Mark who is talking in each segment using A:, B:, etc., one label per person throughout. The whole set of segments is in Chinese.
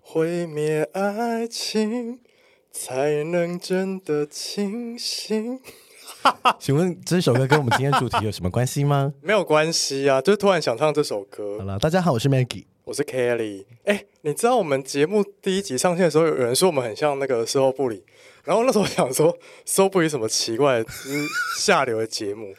A: 毁灭爱情，才能真的清醒。？
B: 请问这首歌跟我们今天主题有什么关系吗
A: 没有关系啊，就是突然想唱这首
B: 好
A: 歌。
B: 了，大家好，我是 Maggie。
A: 我是 Kelly，哎、你知道我们节目第一集上线的时候，有人说我们很像那个事后不理，然后那时候我想说事后不理什么奇怪、嗯、下流的节 目，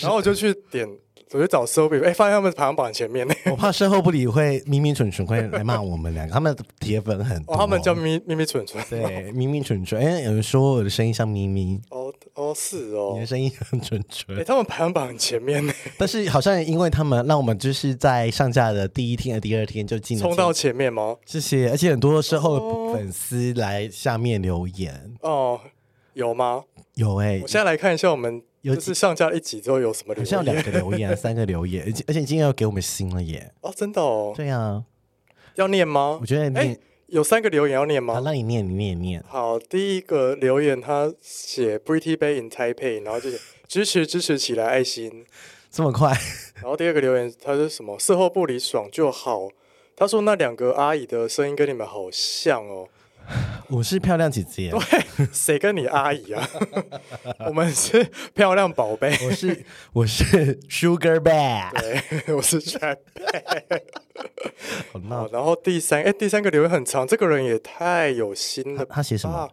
A: 然后我就去点，我就找事后不理，哎、发现他们排行榜前面呢、
B: 我怕身后不理会明明蠢蠢会来骂我们两个，他们的铁粉很多。
A: 哦，他们叫咪咪咪蠢蠢，
B: 对明明蠢蠢，哎，有人说我的声音像咪咪，
A: 哦哦是
B: 你
A: 哦
B: 的，声音很蠢
A: 哎、
B: 蠢，
A: 他们排行榜很前面呢、
B: 但是好像因为他们让我们就是在上架的第一天和第二天就进了
A: 冲到前面吗？
B: 这些，而且很多时候
A: 哦
B: 粉丝来下面留言，
A: 哦，有吗？
B: 有哎、
A: 我现在来看一下我们
B: 有
A: 就是上架一集之后有什么留
B: 好像有
A: 言
B: 两个留 言，三个留言，而且而且今天要给我们新了耶。
A: 哦，真的哦，
B: 对啊，
A: 要念吗
B: 我？觉得
A: 哎、
B: 你，
A: 有三个留言要念吗
B: 好，？让你念，你念，你念。
A: 好，第一个留言他写 Pretty Bay in Taipei，然后就写支持支持起来爱心。
B: 这么快，
A: 然后第二个留言他是什么？事后不离爽就好。他说那两个阿姨的声音跟你们好像 哦，
B: 我是漂亮姐姐，
A: 谁跟你阿姨 啊？我们是漂亮宝贝。
B: 我是我是 Sugar Bear，
A: 对，我是 Jack。
B: 好
A: 好
B: 闹。
A: 然后第三，哎，第三个留言很长，这个人也太有心
B: 他
A: 了
B: 他写什么
A: 吧？？啊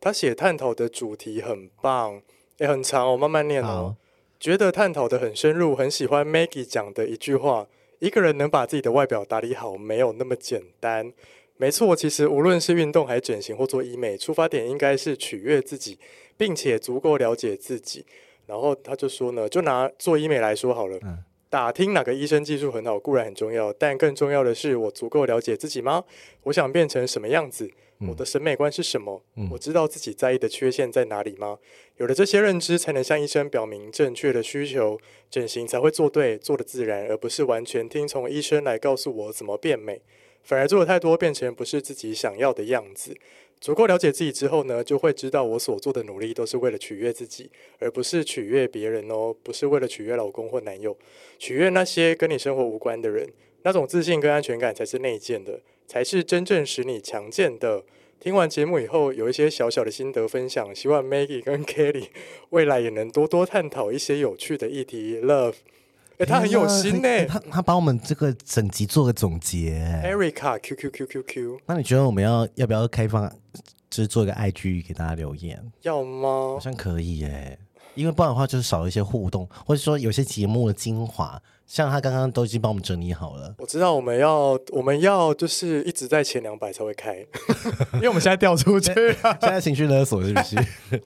A: 他写探讨的主题很棒，哎，很长哦，慢慢念
B: 好
A: 哦。觉得探讨的很深入，很喜欢 Maggie 讲的一句话：一个人能把自己的外表打理好，没有那么简单。没错，其实无论是运动还是整形或做医美，出发点应该是取悦自己，并且足够了解自己。然后他就说呢，就拿做医美来说好了，
B: 嗯
A: 打听哪个医生技术很好固然很重要，但更重要的是我足够了解自己吗？我想变成什么样子？
B: 嗯
A: 我的审美观是什么？
B: 嗯
A: 我知道自己在意的缺陷在哪里吗？有了这些认知，才能向医生表明正确的需求，整形才会做对，做的自然，而不是完全听从医生来告诉我怎么变美。反而做的太多，变成不是自己想要的样子。足够了解自己之后呢，就会知道我所做的努力都是为了取悦自己，而不是取悦别人哦，不是为了取悦老公或男友，取悦那些跟你生活无关的人。那种自信跟安全感才是内建的，才是真正使你强健的。听完节目以后，有一些小小的心得分享，希望 Maggie 跟 Kelly 未来也能多多探讨一些有趣的议题。Love，哎、他很有心欸呢、
B: 天哪他他把我们这个整集做个总
A: 哎
B: 结。
A: Erica Q Q Q Q Q
B: 那你觉得我们要要不要开放，就是做一个 IG 给大家留言？
A: 要吗
B: 好？像可以耶，因为不然的话就是少一些互动，或者说有些节目的精华，像他刚刚都已经帮我们整理 好了。
A: 我知道我们要我们要就是一直在前两百才会开， 因为我们现在掉出 去了。
B: 现在情绪勒索是不 是？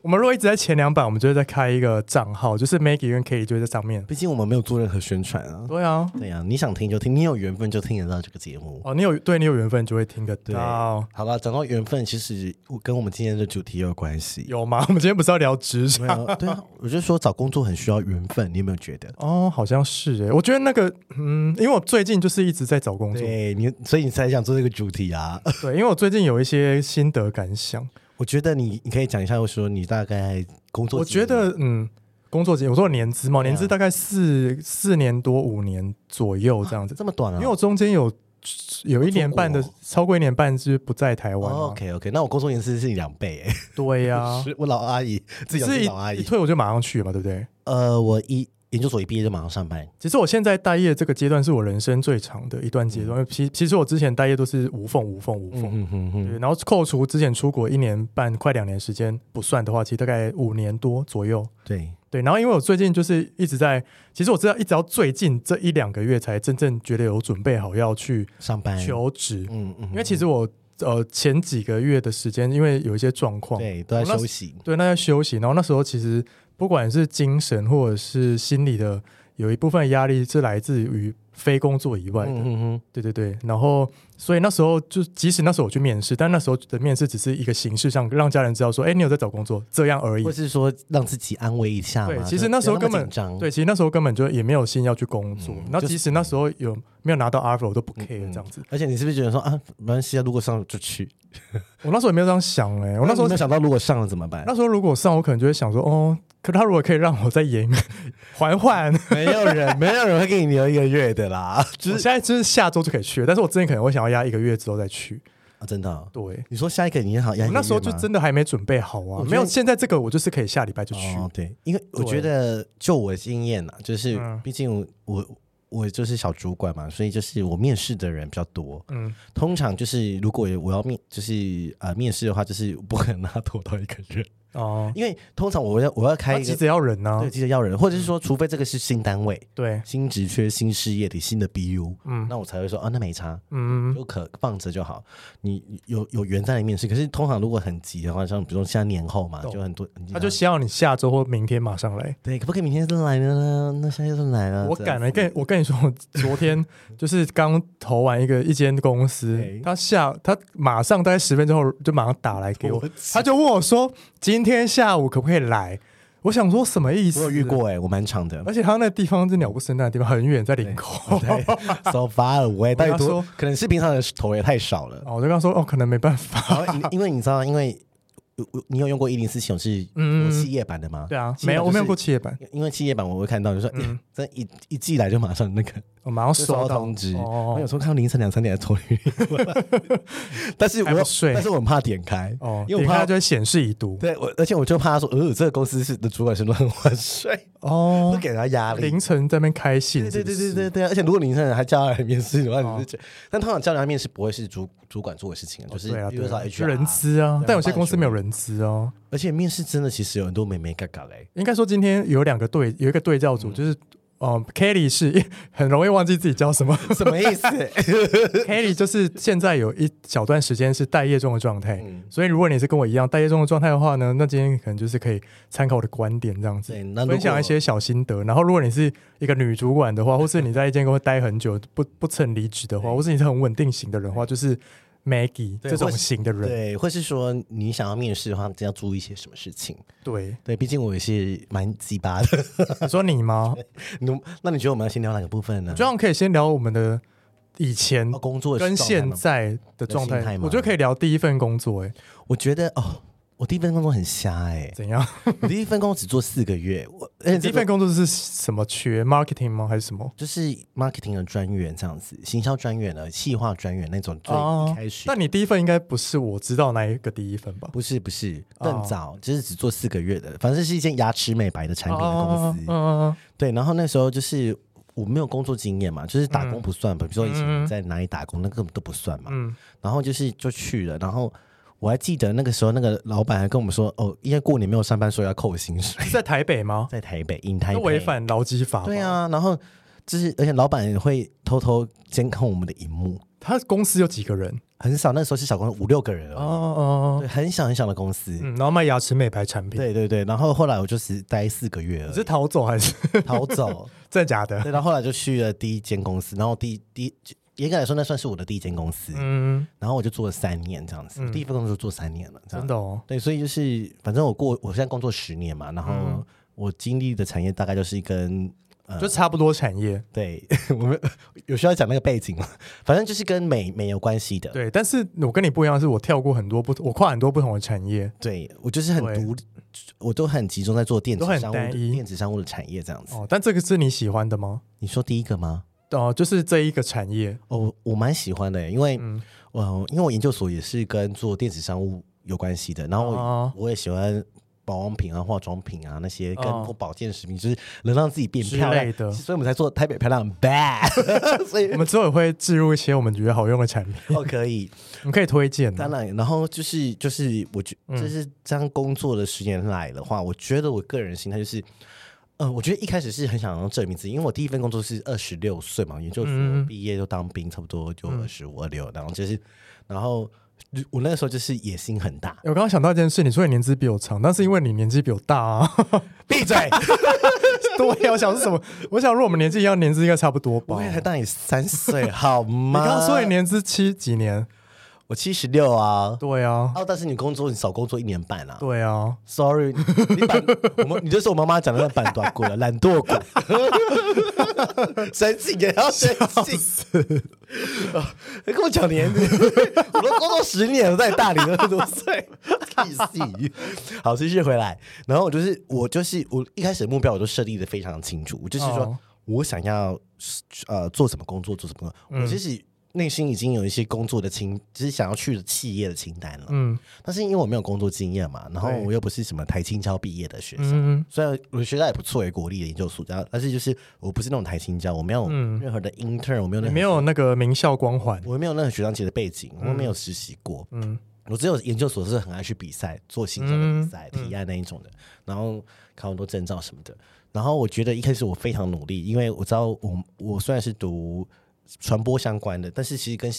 A: 我们如果一直在前两百，我们就会再开一个账号，就是 Maggie 跟 Kelly 就会在上面。
B: 毕竟我们没有做任何宣传啊。
A: 对啊，
B: 对呀、你想听就听，你有缘分就听得到这个节目。
A: 哦，你有对你有缘分就会听得
B: 对
A: 到，
B: 好了，讲到缘分，其实我跟我们今天的主题有关系。
A: 有吗？我 们今天不是要聊职
B: 没
A: 场？
B: 有，对啊，我就说找工作很需要缘分，你有没有觉得？
A: 哦，好像是诶，我觉得那个，嗯，因为我最近就是一直在找工作，
B: 对你，所以你才想做这个主题啊？
A: 对，因为我最近有一些心得感想，
B: 我觉得你，你可以讲一下，我说你大概工作
A: 我
B: 几年，
A: 觉得，嗯，工作经我说年资嘛，
B: 对啊
A: 年资大概四四年多五年左右这样子，
B: 这么短啊？
A: 因为我中间有有一年半的
B: 出国，
A: 超过一年半是不在台湾、啊
B: 哦 OK OK，那我工作年资是两倍、欸，
A: 对呀、
B: 是我老阿姨，自己
A: 是
B: 是老阿
A: 一一
B: 姨。
A: 退我就马上去嘛，对不对？
B: 呃，我一研究所一毕业就马上上班，
A: 其实我现在待业这个阶段是我人生最长的一段阶段，其、其实我之前待业都是无缝无缝无缝。
B: 嗯哼哼，
A: 对，然后扣除之前出国一年半、快两年时间不算的话，其实大概五年多左右。
B: 对，
A: 对，然后因为我最近就是一直在，其实我知道一直到最近这一两个月才真正觉得有准备好要去
B: 上班，
A: 求职，
B: 嗯嗯，
A: 因为其实我呃前几个月的时间，因为有一些状况，
B: 对都在
A: 我那
B: 休息，
A: 对，那在休息，然后那时候其实不管是精神或者是心理的，有一部分压力是来自于非工作以外的，
B: 嗯哼哼，
A: 对对对，然后所以那时候就即使那时候我去面试，但那时候的面试只是一个形式上让家人知道说，哎，你有在找工作这样而已
B: 或。是说让自己安慰一下嘛。
A: 对，
B: 就
A: 其实那时候
B: 不要
A: 根
B: 么
A: 本
B: 紧张，
A: 对，其实那时候根本就也没有心要去工作
B: 嗯。
A: 那、
B: 就是
A: 即使那时候有没有拿到 offer，我都不 care
B: 嗯
A: 这样子。
B: 而且你是不是觉得说啊，没关系啊，如果上了就去？
A: 我那时候也没有这样想哎、我那时候
B: 你没有想到如果上了怎么办
A: 那？时候如果上，我可能就会想说，哦，可他如果可以让我再延 缓缓，
B: 没有人，没有人会给你留一个月的啦。
A: 我
B: 就是
A: 现在就是下周就可以去了。但是我之前可能会想要压一个月之后再去。
B: 啊，真的哦。
A: 对，
B: 你说下哎一个你也好，
A: 我
B: 我
A: 那时候就真的还没准备好
B: 我
A: 啊，
B: 觉
A: 没有。
B: 得
A: 现在这个我就是可以下礼拜就去。
B: 哦，对，因为我
A: 对
B: 觉得就我的经验呐、就是
A: 嗯
B: 毕竟我我我就是小主管嘛，所以就是我面试的人比较多。
A: 嗯，
B: 通常就是如果我要面，就是呃面试的话，就是不可能让他拖到一个月，
A: 哦，
B: 因为通常我要我要开
A: 他
B: 一
A: 急
B: 个
A: 着要人呢、
B: 对急着要人，或者是说，除非这个是新单位、
A: 对，
B: 新职缺、新事业里新的 BU，
A: 嗯
B: 那我才会说啊，那没差。
A: 嗯，
B: 就可放着就好，你有有缘再来面试。可是通常如果很急的话，像比如说现在年后嘛，
A: 懂
B: 就很多，
A: 他就希望你下周或明天马上来。
B: 对，可不可以明天就来了呢？那现在就来了，
A: 我
B: 这
A: 敢
B: 样
A: 来
B: 子
A: 跟我跟你说，我昨天 就是刚投完一个一间公司
B: 哎，
A: 他下他马上大概十分钟后就马上打来给我，他就问我说今天下午可不可以来？我想说什么意
B: 我
A: 思？
B: 有遇，过哎、我蛮长的
A: 而且他那地方是鸟不生蛋的地方，很远在领口。
B: 对，so far away，到
A: 跟他
B: 底多
A: 说
B: 可能是平常的头也太少了。
A: 哦，我就跟他说哦，可能没办 法。
B: 然后你因为你知道，因为我我你有用过一零四系统是
A: 嗯嗯嗯
B: 企业版的吗？
A: 对啊，
B: 企业
A: 没有，
B: 版
A: 我没有
B: 就是
A: 过企业版，
B: 因为企业版我会看到，就说，
A: 嗯
B: 嗯， 这一一寄来就马上那个
A: 我马上
B: 就收
A: 收
B: 到
A: 到
B: 通知。我有
A: 哦
B: 时候看到凌晨两三点的头晕， 但是我
A: 还不睡
B: 但是我很怕点开，
A: 哦，
B: 因为
A: 点
B: 我
A: 开
B: 怕
A: 它就会显示已读
B: 对我，而且我就怕他说，呃，这个公司是的主管是乱晚睡，会
A: 哦，
B: 给他压力。
A: 凌晨在那边开信
B: 对
A: 是
B: 对
A: 不是，
B: 对对对对啊，而且如果凌晨还叫他来面试的话，
A: 哦
B: 你是觉得，但通常叫人来面试不会是主主管做的事情啊，就是
A: 对啊，
B: 比如
A: 对
B: 说
A: 啊，
B: HR
A: 人资啊
B: 对，
A: 但有些公司
B: 办
A: 没有
B: 什么
A: 人资哦。
B: 而且面试真的其实有很多美眉嘎嘎嘞，
A: 应该说今天有两个对，有一个对照
B: 嗯
A: 组就是。哦、k e l l y 是 很容易忘记自己叫什么。
B: 什么意思？
A: Kelly 就是现在有一小段时间是待业中的状态，
B: 嗯
A: 所以如果你是跟我一样待业中的状态的话呢，那今天可能就是可以参考我的观点这样子，
B: 对，那如果
A: 分享一些小心得。然后如果你是一个女主管的 话，或是你在一间公司待很久不不曾离职的话，或是你是很稳定型的人的话，就是 Maggie
B: 对
A: 这种
B: 或是
A: 型的人，
B: 对，或是说你想要面试的话，要注意一些什么事情？
A: 对，
B: 对，毕竟我也是蛮鸡巴的。
A: 你说你吗？
B: 你那你觉得我们要先聊哪个部分呢？
A: 这样可以先聊我们的以前
B: 哦工作的
A: 跟
B: 状态
A: 现
B: 吗，
A: 在的状
B: 的心
A: 态
B: 态，吗
A: 我觉得可以聊第一份工作、欸，哎，
B: 我觉得哦，我第一份工作很瞎哎、
A: 怎 样？
B: 我第一份工作只做四个月，我而
A: 第
B: 且这
A: 一
B: 个
A: 份工作是什么缺？marketing 吗？还是什么？
B: 就是 marketing 的专员这样子，行销专员呢，企划专员那种最一开始。
A: 哦但你第一份应该不是我知道那一个第一份吧？
B: 不是不是，
A: 哦
B: 更早、就是只做四个月的，反正是一间牙齿美白的产品的公司。
A: 哦嗯
B: 对，然后那时候就是我没有工作经验嘛，就是打工不算吧，比如说以
A: 嗯嗯
B: 前在哪里打工，那根本都不算嘛。
A: 嗯
B: 然后就是就去了，然后我还记得那个时候那个老板还跟我们说，哦，因为过年没有上班，所以要扣我薪水
A: 嗯，，是在台北吗？
B: 在台北引台
A: 那
B: 北
A: 违反劳基法？
B: 对，啊，然后就是而且老板也会偷偷监控我们的荧幕，
A: 他公司有几个人？
B: 很少，那时候是小公司五六个人
A: 哦
B: 哦，
A: 哦，
B: 对，很小很小的公司。
A: 嗯，然后卖牙齿美白产品，
B: 对对对，然后后来我就是待四个月
A: 你
B: 了
A: 是，逃走还是
B: 逃走。
A: 真的假的？
B: 对，然后后来就去了第一间公司，然后第一第一严格来说，那算是我的第一间公司。
A: 嗯，
B: 然后我就做了三年这样子，
A: 嗯
B: 第一份工作做三年了，这样
A: 真的哦，
B: 对，所以就是反正我过我现在工作十年嘛，然后
A: 嗯
B: 我经历的产业大概就是跟
A: 就差不多产业。
B: 对 我们有需要讲那个背景吗？反正就是跟美美有关系的。
A: 对，但是我跟你不一样，是我跳过很多不，我跨很多不同的产业。
B: 对我就是很
A: 对
B: 独立，我都很集中在做电子
A: 都很
B: 商务
A: 单
B: 的
A: 一
B: 电子商务的产业这样子。
A: 哦，但这个是你喜欢的吗？
B: 你说第一个吗？
A: 哦，就是这一个产 业，
B: 哦，我我蛮喜欢的欸耶，因为
A: 嗯，
B: 我、因为我研究所也是跟做电子商务有关系的，然后我,、
A: 哦
B: 也喜欢保养品啊、化妆品啊那些，跟
A: 哦
B: 或保健食品，就是能让自己变
A: 之
B: 漂
A: 类
B: 亮
A: 的
B: 所以我们才做台北漂亮 bad，所 以
A: 我们之后也会置入一些我们觉得好用的产品，
B: 哦可以，
A: 我们可以推荐
B: 当
A: 的。
B: 然，然后就是就是我觉
A: 嗯
B: 就是这样工作的十年来的话，我觉得我个人心态就是。呃，我觉得一开始是很想要证明自己，因为我第一份工作是二十六岁嘛，研究
A: 嗯
B: 所毕业就当兵，差不多就
A: 嗯
B: 二十五、二六，然后就是，然后我那个时候就是野心很大，
A: 我刚刚想到一件事，你说你年纪比我长，但是因为你年纪比我大啊。
B: 闭嘴！
A: 对啊呀，我想是什么？我想如果我们年纪一样，年纪应该差不多吧
B: 我。也才大你三岁，好
A: 你
B: 吗？
A: 刚刚说你年资七几年？
B: 我七十六啊，
A: 对啊，
B: 哦，但是你工作你少工作一年半啊。
A: 对啊，
B: Sorry，你你板我们你就是我妈妈讲的那板短骨了，懒惰骨，生气也要生气。你跟我讲年纪，我都工作十年了，在大你二十多岁，气死！好，继续回来。然后我就是我就是我一开始的目标我都设立的非常清楚，我就是说、
A: 哦嗯
B: 我想要呃做什么工作做什么工作，我就是内心已经有一些工作的清，就是想要去的企业的清单了。
A: 嗯
B: 但是因为我没有工作经验嘛，然后
A: 对
B: 我又不是什么台青交毕业的学生，
A: 嗯
B: 虽然我学校也不错，也国立的研究所这样，但是就是我不是那种台青交，我没有
A: 嗯
B: 任何的 intern，我没
A: 嗯，
B: 有那
A: 你没有那个名校光环，
B: 我没有任何学长姐的背景，我没有实习过，
A: 嗯
B: 我只有研究所是很爱去比赛，做行销的比赛、
A: 嗯
B: 提案那一种的，然后考很多证照什么的。然后我觉得一开始我非常努力，因为我知道我我虽然是读传播相关的，但是其实跟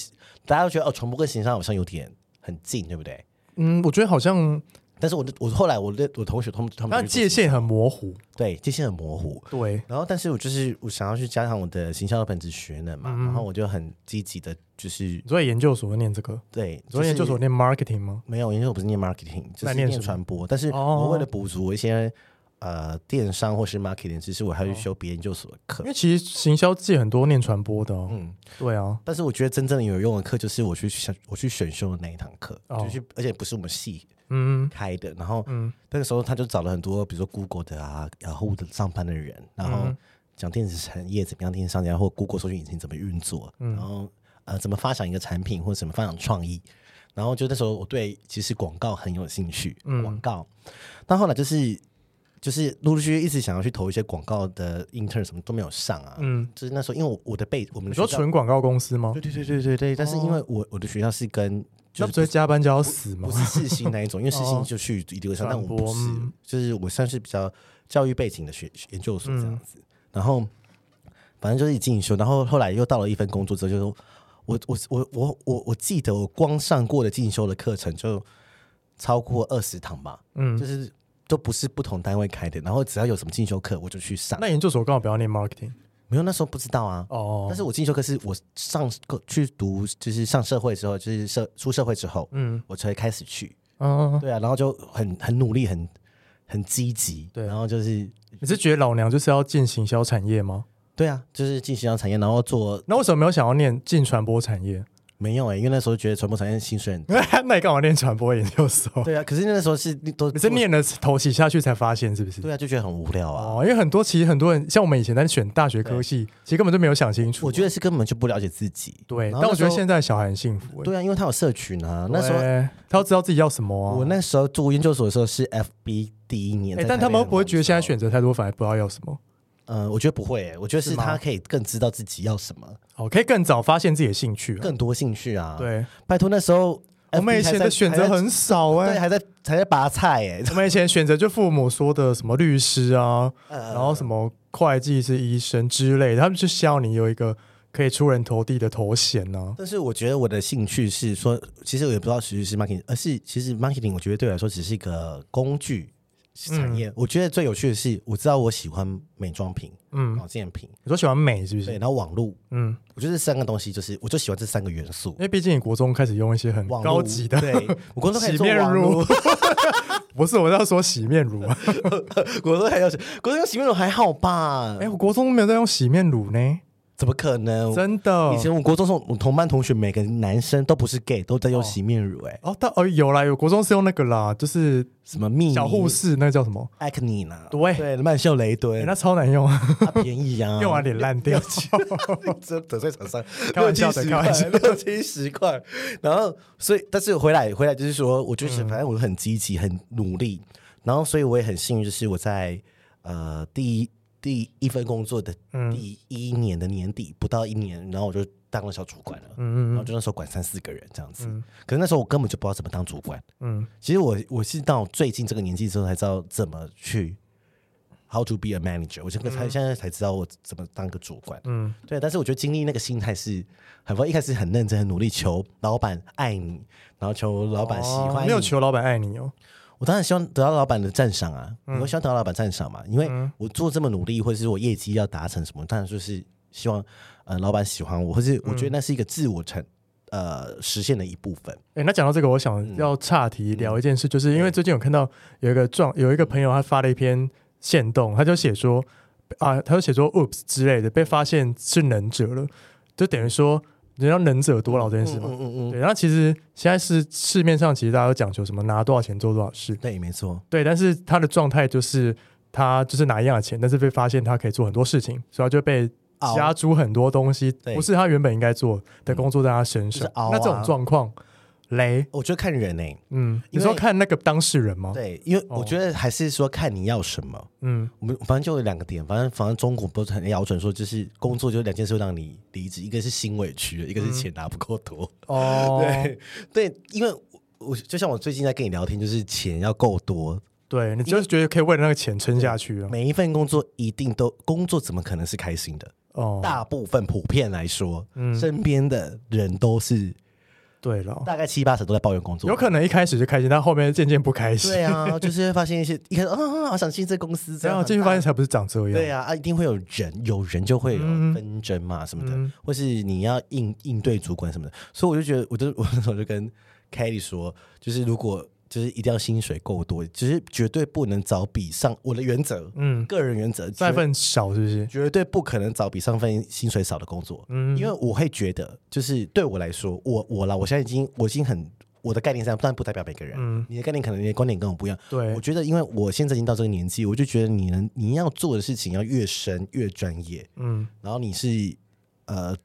B: 大家都觉得哦，传播跟行销好像有点很近，对不对？
A: 嗯，我觉得好像
B: 但是我的我后来我的我同学他们他
A: 它
B: 们
A: 的
B: 就
A: 界限很模糊，
B: 对界限很模糊，
A: 对，
B: 然后，但是我就是我想要去加强我的行销的本职学能
A: 嗯
B: 嘛，然后我就很积极的，就是
A: 你说在研究所念这个，
B: 对，
A: 你说研究所
B: 就是
A: 念 marketing 吗？
B: 没有，因为我不是念 marketing，就
A: 那
B: 是
A: 念
B: 念
A: 什么
B: 传播，但是
A: 哦
B: 我为了补足我一些呃电商或是 marketing 知识，我还
A: 哦
B: 要去修别研究所的课
A: 因。为其实行销界很多念传播的、哦，
B: 嗯，
A: 对啊，
B: 但是我觉得真正有用的课就是我去选我去选修的那一堂课，
A: 哦
B: 就去而且不是我们系
A: 嗯
B: 开的，然后
A: 嗯
B: 那个时候他就找了很多，比如说 Google 的啊，然后的上班的人，
A: 嗯
B: 然后讲电子产业怎么样，电子商家或 Google 搜索引擎怎么运作，
A: 嗯
B: 然后呃怎么发想一个产品或者怎么发想创意，然后就那时候我对其实广告很有兴趣，
A: 嗯
B: 广告，但后来就是就是陆陆续续一直想要去投一些广告的 intern 什么都没有上啊，
A: 嗯，
B: 就是那时候因为我我的背我们
A: 你
B: 的
A: 说
B: 学校
A: 纯广告公司吗？哦
B: 对对对对对对，但是因为我我的学校是跟
A: 那
B: 就是
A: 不是加班就要死吗
B: 不？是世新那一种，因为世
A: 哦
B: 新就去一定会上，但
A: 传
B: 我
A: 播
B: 不是
A: 嗯，
B: 就是我算是比较教育背景的学研究所这
A: 嗯
B: 样子。然后反正就是一进修，然后后来又到了一份工作之后，就是我我我我我我记得我光上过的进修的课程就超过二十堂吧，
A: 嗯
B: 就，是都不是不同单位开的，然后只要有什么进修课我就去上。
A: 那研究所刚好不要念 marketing
B: 没有那时候不知道啊，
A: 哦，
B: 但是我进修课是我上去读，就是上社会之后，就是社出社会之后，
A: 嗯
B: 我才开始去。
A: 啊，
B: 对啊，然后就很很努力，很很积极，
A: 对
B: 然后就是
A: 你是觉得老娘就是要进行销产业吗？
B: 对啊，就是进行销产业，然后做
A: 那为什么没有想要念进传播产业？
B: 没有哎、因为那时候觉得传播产业薪水很低，
A: 那你干嘛念传播研究所？
B: 对啊， 可是那时候是都
A: 你是念了头洗下去才发现是不是？
B: 对啊，就觉得很无聊啊。
A: 哦，因为很多其实很多人像我们以前在选大学科
B: 对
A: 系，其实根本就没有想清楚。
B: 我觉得是根本就不了解自己，
A: 对，
B: 然后
A: 但我
B: 那
A: 觉得
B: 时候
A: 现在的小孩很幸福、欸。
B: 对啊，因为他有社群啊，那时候。
A: 对他要知道自己要什么啊。
B: 我那时候读研究所的时候是 FB 第一年，
A: 哎、
B: 在
A: 但
B: 台
A: 他
B: 北
A: 们会不会
B: 的时
A: 觉得现在
B: 候？
A: 选择太多，反而不知道要什么？
B: 嗯，我觉得不会、欸，我觉得是
A: 是吗
B: 他可以更知道自己要什么，
A: 哦，可以更早发现自己的兴趣、啊。
B: 更多兴趣啊。，
A: 对，
B: 拜托那时候
A: 我们
B: FB
A: 以前
B: 还
A: 的
B: 在
A: 选
B: 还
A: 择
B: 在
A: 很少哎、
B: 对，还在还在拔菜哎、
A: 我们以前选择就父母说的什么律师啊，
B: 呃
A: 然后什么会计是医生之类的，他们就希望你有一个可以出人头地的头衔啊呢、
B: 但是我觉得我的兴趣是说，其实我也不知道其实是 marketing，而是其实 marketing 我觉得对我来说只是一个工具产业。我觉得最有趣的是，我知道我喜欢美妆品、
A: 嗯，
B: 保健品，
A: 你说喜欢美是不
B: 对，
A: 是？
B: 然后网络，
A: 嗯，
B: 我觉得这三个东西就是，我就喜欢这三个元素
A: 因。为毕竟你国中开始用一些很
B: 网络
A: 高级的，
B: 对我工作开始
A: 洗
B: 做
A: 面
B: 网
A: 乳
B: 络，，
A: 不是我是要说洗面乳 啊。
B: 国中还要，国中用洗面乳还好吧？
A: 哎、我国中没有在用洗面乳呢，
B: 怎么可能？
A: 真的。
B: 哦以前我国中时候，我同班同学每个男生都不是 gay，都在用洗面乳、哎、
A: 哦，但哦有啦，有国中是用那个啦，就是
B: 什么蜜
A: 小护
B: 士、
A: 士那个叫什么？
B: 艾克尼呢？
A: 对
B: 对，曼秀雷
A: 哎、
B: 敦，
A: 那超难用，
B: 它便宜啊，
A: 用完脸烂掉。
B: 这得罪厂商，
A: 开玩笑的
B: 六
A: 开
B: 七十
A: 玩笑
B: 块六七十块。然后，所以，但是回来回来就是说，我就是
A: 嗯
B: 反正我很积极，很努力，然后所以我也很幸运，就是我在呃第一第一份工作的
A: 嗯
B: 第一年的年底，不到一年，然后我就当了小主管了。然
A: 嗯
B: 后
A: 嗯
B: 就那时候管三四个人这样子，
A: 嗯
B: 可是那时候我根本就不知道怎么当主管。
A: 嗯，
B: 其实我我是到最近这个年纪之后才知道怎么去 how to be a manager，我这个才现在才知道我怎么当个主管。
A: 嗯，
B: 对，但是我觉得经历那个心态是很不一开始很认真、很努力，求老板爱你，然后求 老板喜欢
A: 哦
B: 你。
A: 没有求老板爱你哦。
B: 我当然希望得到老板的赞赏啊！
A: 嗯
B: 我希望得到老板赞赏嘛，因为我做这么努力，或者是我业绩要达成什么，当然就是希望呃老板喜欢我，或是我觉得那是一个自我成、呃实现的一部分。
A: 哎、那讲到这个，我
B: 嗯
A: 想要岔题聊一件事，就是因为最近有看到有一个状，有一
B: 嗯
A: 个朋友他发了一篇线动，他就写说啊，他就写说 oops 之类的，被发现是能者了，就等于说人家能者多劳这件事嘛。
B: 嗯嗯嗯，
A: 对，然后其实现在是市面上其实大家都讲求什么拿多少钱做多少事，
B: 对，没错。
A: 对，但是他的状态就是他就是拿一样的钱，但是被发现他可以做很多事情，所以他就被
B: 熬
A: 加诸很多东西，
B: 对嗯
A: 不是他原本应该做的工作在他身
B: 就
A: 上
B: 是。熬啊
A: 那这种状况，雷，
B: 我觉得看人呢、
A: 嗯，
B: 因
A: 你
B: 为
A: 说看那个当事人吗？
B: 对，因为
A: 哦
B: 我觉得还是说看你要什么。
A: 嗯，
B: 我们反正就有两个点，反正反正中国不是很标准说，就是工作就两件事会让你离职，一个是心委屈，一个是钱拿不够多。
A: 哦，
B: 对 对，因为我我就像我最近在跟你聊天，就是钱要够多，
A: 对，你就是觉得可以为了那个钱撑下去了。
B: 每一份工作一定都工作怎么可能是开心的？
A: 哦，嗯
B: 大部分普遍来说，身边的人都是
A: 对了，
B: 大概七八成都在抱怨工作，
A: 有可能一开始就开心，但后面渐渐不开心，
B: 对啊，就是会发现一些一开始啊，好想进这公司，这
A: 然后
B: 样
A: 进去发现才不是长这样。
B: 对啊，啊，一定会有人，有人就会有
A: 嗯
B: 纷争嘛，什么的，或是你要应应对主管什么的，所以我就觉得，我就我那时候就跟 Kelly 说，就是如果就是一定要薪水够多，就是绝对不能找比上我的原则，
A: 嗯，
B: 个人原则，
A: 那
B: 绝
A: 份少是不是？
B: 绝对不可能找比上份薪水少的工作，
A: 嗯
B: 因为我会觉得，就是对我来说，我我啦，我现在已经我已经很我的概念上，当然不代表每个人，
A: 嗯
B: 你的概念可能你的观点跟我不一样，
A: 对
B: 我觉得，因为我现在已经到这个年纪，我就觉得你能你要做的事情要越深越专业，
A: 嗯，
B: 然后你是呃，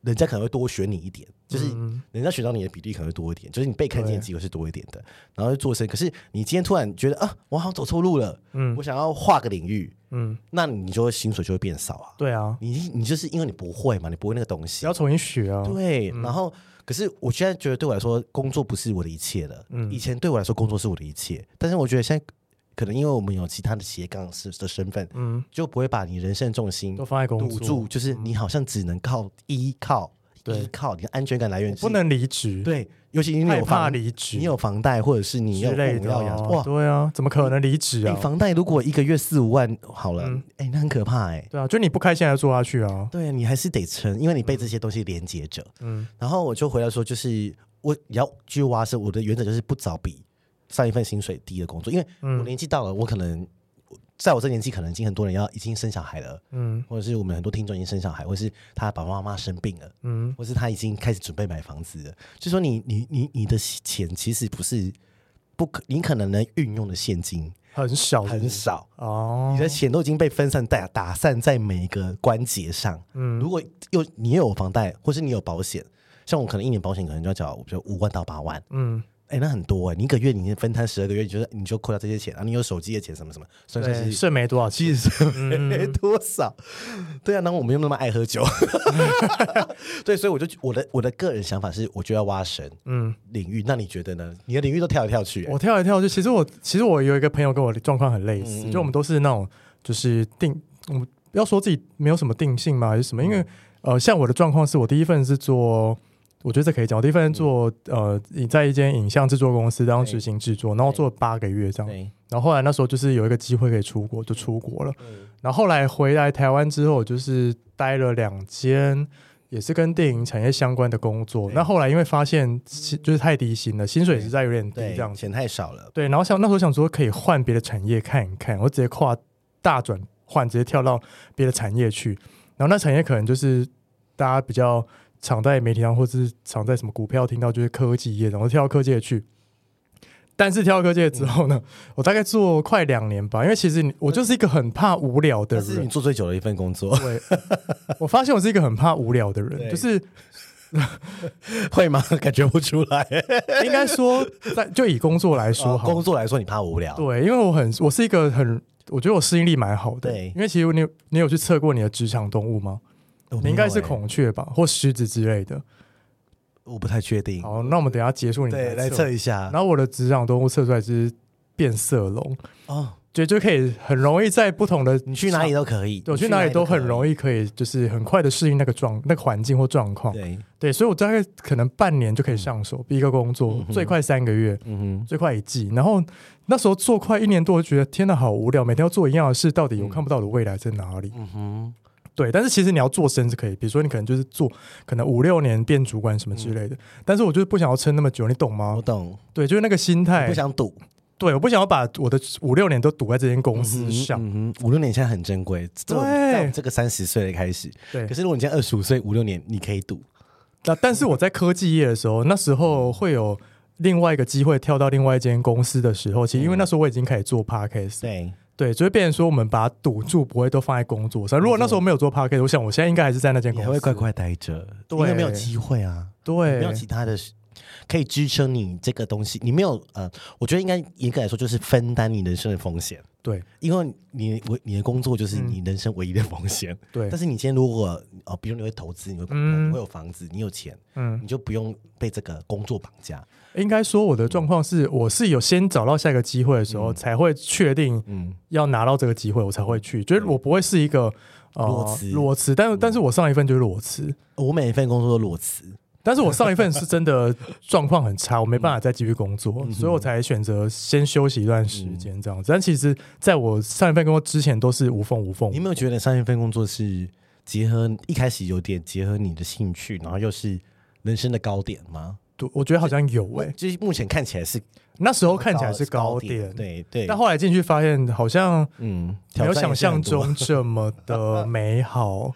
B: 人家可能会多选你一点，就是
A: 嗯
B: 人家选到你的比例可能会多一点，就是你被看见
A: 对
B: 的机会是多一点的，然后就做深。可是你今天突然觉得啊，我好像走错路了，
A: 嗯
B: 我想要换个领域，
A: 嗯，
B: 那你就会薪水就会变少啊。
A: 对啊，
B: 你你就是因为你不会嘛，你不会那个东西
A: 只要，重新学啊。
B: 对，然后可是我现在觉得对我来说，工作不是我的一切了。
A: 嗯
B: 以前对我来说，工作是我的一切，但是我觉得现在可能因为我们有其他的斜杠式的身份，
A: 嗯，
B: 就不会把你人生的重心
A: 都放在工作
B: 堵
A: 嗯
B: 住，，就是你好像只能靠依靠，
A: 对
B: 依靠你的安全感来源
A: 不
B: 是
A: 能离职，
B: 对，尤其你
A: 害
B: 有
A: 怕
B: 房，
A: 离职，
B: 你有房贷，或者是你有
A: 之
B: 父
A: 类
B: 母
A: 的
B: 要
A: 啊
B: 养，哇。
A: 对啊，怎么可能离职
B: 哎、
A: 啊？
B: 房贷如果一个月四五万好了，哎、
A: 嗯
B: 那很可怕哎、
A: 对啊，就你不开心还要做下去啊。
B: 对你还是得撑，因为你被这些东西连接着。
A: 嗯，
B: 然后我就回来说，就是我要去挖是我的原则就是不找比上一份薪水低的工作，因为我年纪到了，我可能在我这年纪，可能已经很多人要已经生小孩了，
A: 嗯
B: 或者是我们很多听众已经生小孩，或是他爸爸妈妈生病了，
A: 嗯，
B: 或是他已经开始准备买房子了。就说你你你你的钱其实不是不可，你可能能运用的现金
A: 很少
B: 很少。
A: 哦
B: 你。的钱都已经被分散在打散在每一个关节上。
A: 嗯
B: 如果又你又有房贷，或是你有保险，像我可能一年保险可能就要缴，比如五万到八万，
A: 嗯，
B: 哎、那很多哎、你一个月你分摊十二个月，你就是你就扣掉这些钱，然啊后你有手机的钱什么什么，算算
A: 对，嗯
B: 是。
A: 剩没多少钱。
B: 其实 没多少，对啊，然后我们又那么爱 喝酒，对，所以我就我的我的个人想法是，我就要挖神
A: 嗯，
B: 领域。那你觉得呢？你的领域都跳来跳去、欸
A: 我跳来跳去，其实我其实我有一个朋友跟我的状况很类
B: 嗯
A: 似，就我们都是那种就是定，我们不要说自己没有什么定性嘛，还是什
B: 嗯
A: 么，因为呃，像我的状况是我第一份是做。我觉得这可以讲。我第一份做
B: 嗯
A: 呃，你在一间影像制作公司当执行制作，然后做了八个月这样。
B: 对，
A: 然后后来那时候就是有一个机会可以出国，就出国了。然后后来回来台湾之后，我就是待了两间，也是跟电影产业相关的工作。
B: 对
A: 那后来因为发现其就是太低薪了，薪水
B: 对
A: 实在有点低
B: 对，
A: 这样子。
B: 钱太少了，
A: 对，然后想那时候想说可以换别的产业看一看，我直接跨大转换，直接跳到别的产业去。然后那产业可能就是大家比较常在媒体上，或是常在什么股票听到就是科技业，然后跳到科技业去。但是跳到科技业
B: 嗯
A: 之后呢，我大概做快两年吧，因为其实你我就是一个很怕无聊的
B: 这是
A: 人
B: 你，做最久的一份工作，
A: 对，我发现我是一个很怕无聊的人，
B: 对
A: 就是
B: 会吗？ 感觉不出来。
A: 应该说在就以工作来说
B: 呃
A: 好了
B: 工作来说，你怕无聊，
A: 对，因为我很，我是一个很，我觉得我适应力蛮好的。
B: 对
A: 因为其实你你有去测过你的职场动物吗？
B: 我没
A: 你应该
B: 有
A: 是
B: 欸，
A: 孔雀吧，或狮子之类的。
B: 我不太确定。
A: 好，那我们等一下结束你
B: 对，来
A: 测
B: 测。一下
A: 然。后我的职场动物测出来是变色龙，
B: 哦，
A: 就就可以很容易在不同的
B: 你去哪里都可以，
A: 对，我去哪里都很
B: 易。
A: 容易可以，就是很快的适应那个状那个环境或状况。
B: 对，
A: 对，所以我大概可能半年就可以上手一个工作，最快三个月。
B: 嗯
A: 最快一季，然后那时候做快一年多，我就觉得天哪，好无聊，每天要做一样的事，到底我看不到我的未来在哪里？
B: 哼，嗯哼，
A: 对，但是其实你要做深是可以，比如说你可能就是做可能五六年变主管什么之类的，但是我就是不想要撑那么久，你懂吗
B: 嗯我？懂，
A: 对，就是那个心态，
B: 不想赌。
A: 对，我不想要把我的五六年都赌在这间公司上，
B: 嗯哼，五六年现在很珍贵，这种
A: 对
B: 在我们这个三十岁的开始。
A: 对
B: 可。是如果你现在二十五岁，五六年你可以赌。
A: 那但是我在科技业的时候，那时候会有
B: 嗯
A: 另外一个机会跳到另外一间公司的时候，其实因为那时候我已经开始做 podcast，
B: 对，
A: 对，就会变成说我们把赌注不会都放在工作上。如果那时候没有做 p a r k e t 我想我现在应该还是在那间
B: 你
A: 公
B: 还
A: 司，
B: 会乖乖待着，
A: 对
B: 因为没有机会啊，
A: 对，
B: 没有其他的事可以支撑你这个东西，你没有呃，我觉得应该严格来说就是分担你人生的风险，
A: 对
B: 因为你我你的工作就是
A: 嗯
B: 你人生唯一的风险。
A: 对
B: 但，是你今天如果呃，比如你会投资，你会股票
A: 嗯
B: 你会有房子，你有钱，
A: 嗯，
B: 你就不用被这个工作绑架。
A: 应该说我的状况是，我是有先找到下一个机会的时候，才会确定
B: 嗯，
A: 要拿到这个机会，我才会去。就是我不会是一个呃
B: 裸辞嗯
A: 裸辞，但但是我上一份就是裸辞，
B: 我每一份工作都裸辞，
A: 但是我上一份是真 的状况很差，我没
B: 嗯
A: 办法再继续工作，所以我才选择先休息一段时
B: 嗯
A: 间这样子。但其实在我上一份工作之前都是无缝无缝
B: 你，有没有觉得上一份工作是结合一开始有点结合你的兴趣，然后又是人生的高点吗？
A: 对我觉得好像有欸诶、
B: 就是目前看起来是
A: 那时候看起来是高点，
B: 对对。
A: 但后来进去发现好像
B: 嗯，
A: 没有
B: 挑战
A: 想
B: 也是
A: 象
B: 很多。
A: 中这么 的美好。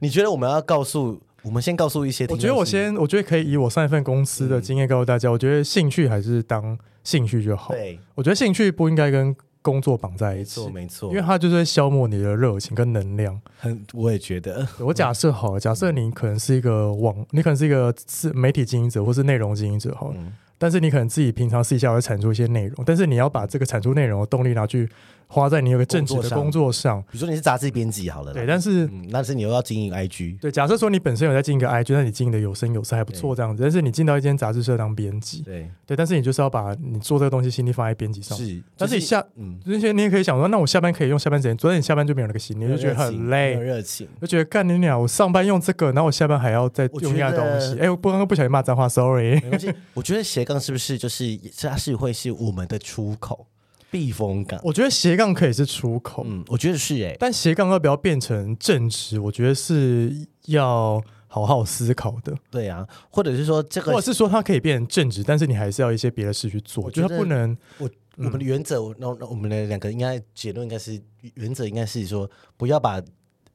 B: 你觉得我们要告诉我们先告诉一些听
A: 我觉
B: 众是？
A: 得我先，我觉得可以以我上一份公司的经验告诉大家，我觉得兴趣还是当兴趣就好。
B: 对，
A: 我觉得兴趣不应该跟工作绑在一
B: 没
A: 起，
B: 错没错，
A: 因为它就是会消磨你的热情跟能量。
B: 很我也觉得呃
A: 对我假设好了，假
B: 嗯
A: 设你可能是一个网，你可能是一个自媒体经营者或是内容经营者哈，
B: 嗯
A: 但是你可能自己平常私底下会产出一些内容，但是你要把这个产出内容的动力拿去花在你有个正职
B: 工作
A: 的
B: 上
A: 工作上，
B: 比如说你是杂志编辑好了啦，
A: 对，但是。
B: 嗯，但是你又要经营 IG，
A: 对，假设说你本身有在经营一个 IG，那你经营的有声有色还不错这样子，但是你进到一间杂志社当编辑，
B: 对，
A: 对，但是你就是要把你做这个东西心力放在编辑上，
B: 是，
A: 但是
B: 就
A: 你下
B: 嗯，
A: 那些你也可以想说，那我下班可以用下班时间，昨天你下班就没有那个心力，你就觉得
B: 没有热
A: 很
B: 情没
A: 累
B: 有，热情。
A: 就觉得干你俩，我上班用这个，然后我下班还要再用一样的东
B: 我觉
A: 西。
B: 得
A: 哎、我不刚刚不小心骂脏话，sorry。
B: 没 关系，我觉得斜杠是不是就是它是会是我们的出口避风港？
A: 我觉得斜杠可以是出口，
B: 嗯，我觉得是哎、
A: 但斜杠要不要变成正职，我觉得是要好好思考的，
B: 对啊，或者是说这
A: 或者
B: 个
A: 是说它可以变成正职，但是你还是要一些别的事去做，
B: 我
A: 就
B: 觉
A: 它
B: 得
A: 不能
B: 我我
A: 嗯
B: 们的原则，我那那我们的两个应该结论应该是原则应该是说不要把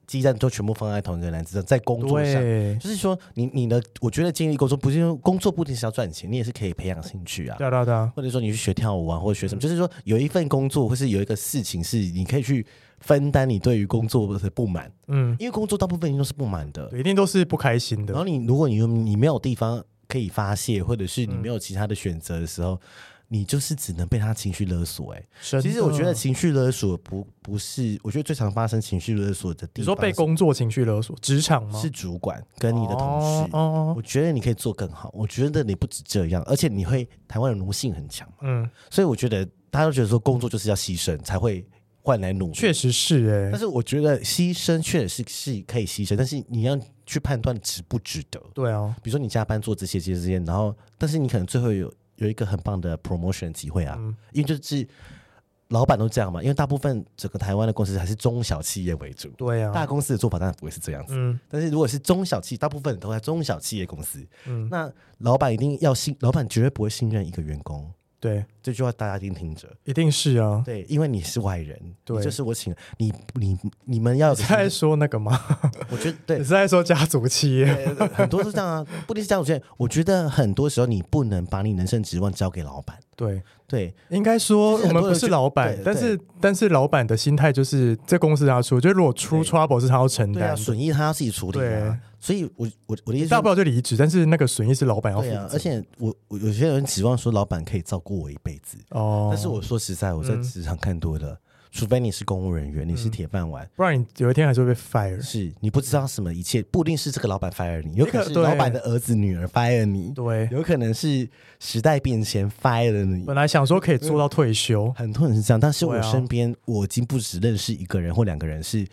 B: 鸡蛋都全部放在同一个篮子上，在工作上。
A: 对。
B: 就是说你，你的，我觉得经历工作不是因为工作不仅是要赚钱，你也是可以培养兴趣啊。
A: 对啊对啊对啊，
B: 或者说你去学跳舞啊，或者学什么，就是说有一份工作，或是有一个事情是你可以去分担你对于工作的不满，
A: 嗯，
B: 因为工作大部分都是不满的。
A: 对一定都是不开心
B: 然
A: 的
B: 后。你如果你你没有地方可以发泄，或者是你没有其他的选择的时候，你就是只能被他情绪勒索、欸。
A: 其
B: 其实我觉得情绪勒索不不是，我觉得最常发生情绪勒索的地
A: 你
B: 方，
A: 说被工作情绪勒索，职场吗？
B: 是主管跟你的同事。
A: 哦哦
B: 我觉得你可以做更好，我觉得你不止这样，而且你会台湾人奴性很强。
A: 嗯，
B: 所以我觉得大家都觉得说工作就是要牺牲才会换来努力，
A: 确实是哎、
B: 但是我觉得牺牲确实是是可以牺牲，但是你要去判断值不值得。
A: 对啊，
B: 比如说你加班做这些这些这些，然后但是你可能最后有有一个很棒的 promotion 的机会啊，
A: 嗯
B: 因为就是老板都这样嘛，因为大部分整个台湾的公司还是中小企业为主，
A: 对啊，
B: 大公司的做法当然不会是这样子。
A: 嗯
B: 但是如果是中小企，大部分都在中小企业公司，
A: 嗯，
B: 那老板一定要信，老板绝对不会信任一个员工，
A: 对，
B: 这句话大家一定听着。
A: 一定是啊。
B: 对，因为你是外人，
A: 对
B: 你就是我请的你，你你们要有
A: 你
B: 个
A: 是在说那个吗？
B: 我觉得
A: 你
B: 对
A: 是在说家族企业？
B: 呃，很多是这样啊，不一定是这样。我觉得，我觉得很多时候你不能把你人生指望交给老板，
A: 对，
B: 对，
A: 应该说
B: 就是
A: 我
B: 很
A: 们
B: 多人
A: 不是老板
B: 就，对
A: 但是但是老板的心态就是这公司他出，就是如果出
B: 对
A: trouble 是他要承
B: 对啊，
A: 担的，
B: 损益他要自己处理啊。所以我，我我的意思
A: 大
B: 是
A: 不
B: 说，
A: 了就离职，但是那个损益是老板要负
B: 对啊，而
A: 责。
B: 且我我有些人指望说老板可以照顾我一辈子，
A: 哦，
B: 但是我说实在，我在
A: 嗯
B: 职场看多了，除非你是公务人员，你是铁饭碗。
A: 不然你有一天还是会被 fire。
B: 嗯是你不知道什么一切，不一定是这个老板 fire 你，有可能是
A: 对
B: 老板的儿子女儿 fire 你，
A: 对，
B: 有可能是时代变迁 fire 了你。
A: 本来想说可以做到退休，
B: 很多人是这样，但是
A: 对
B: 我
A: 啊
B: 身边、我已经不止认识一个人或两个人是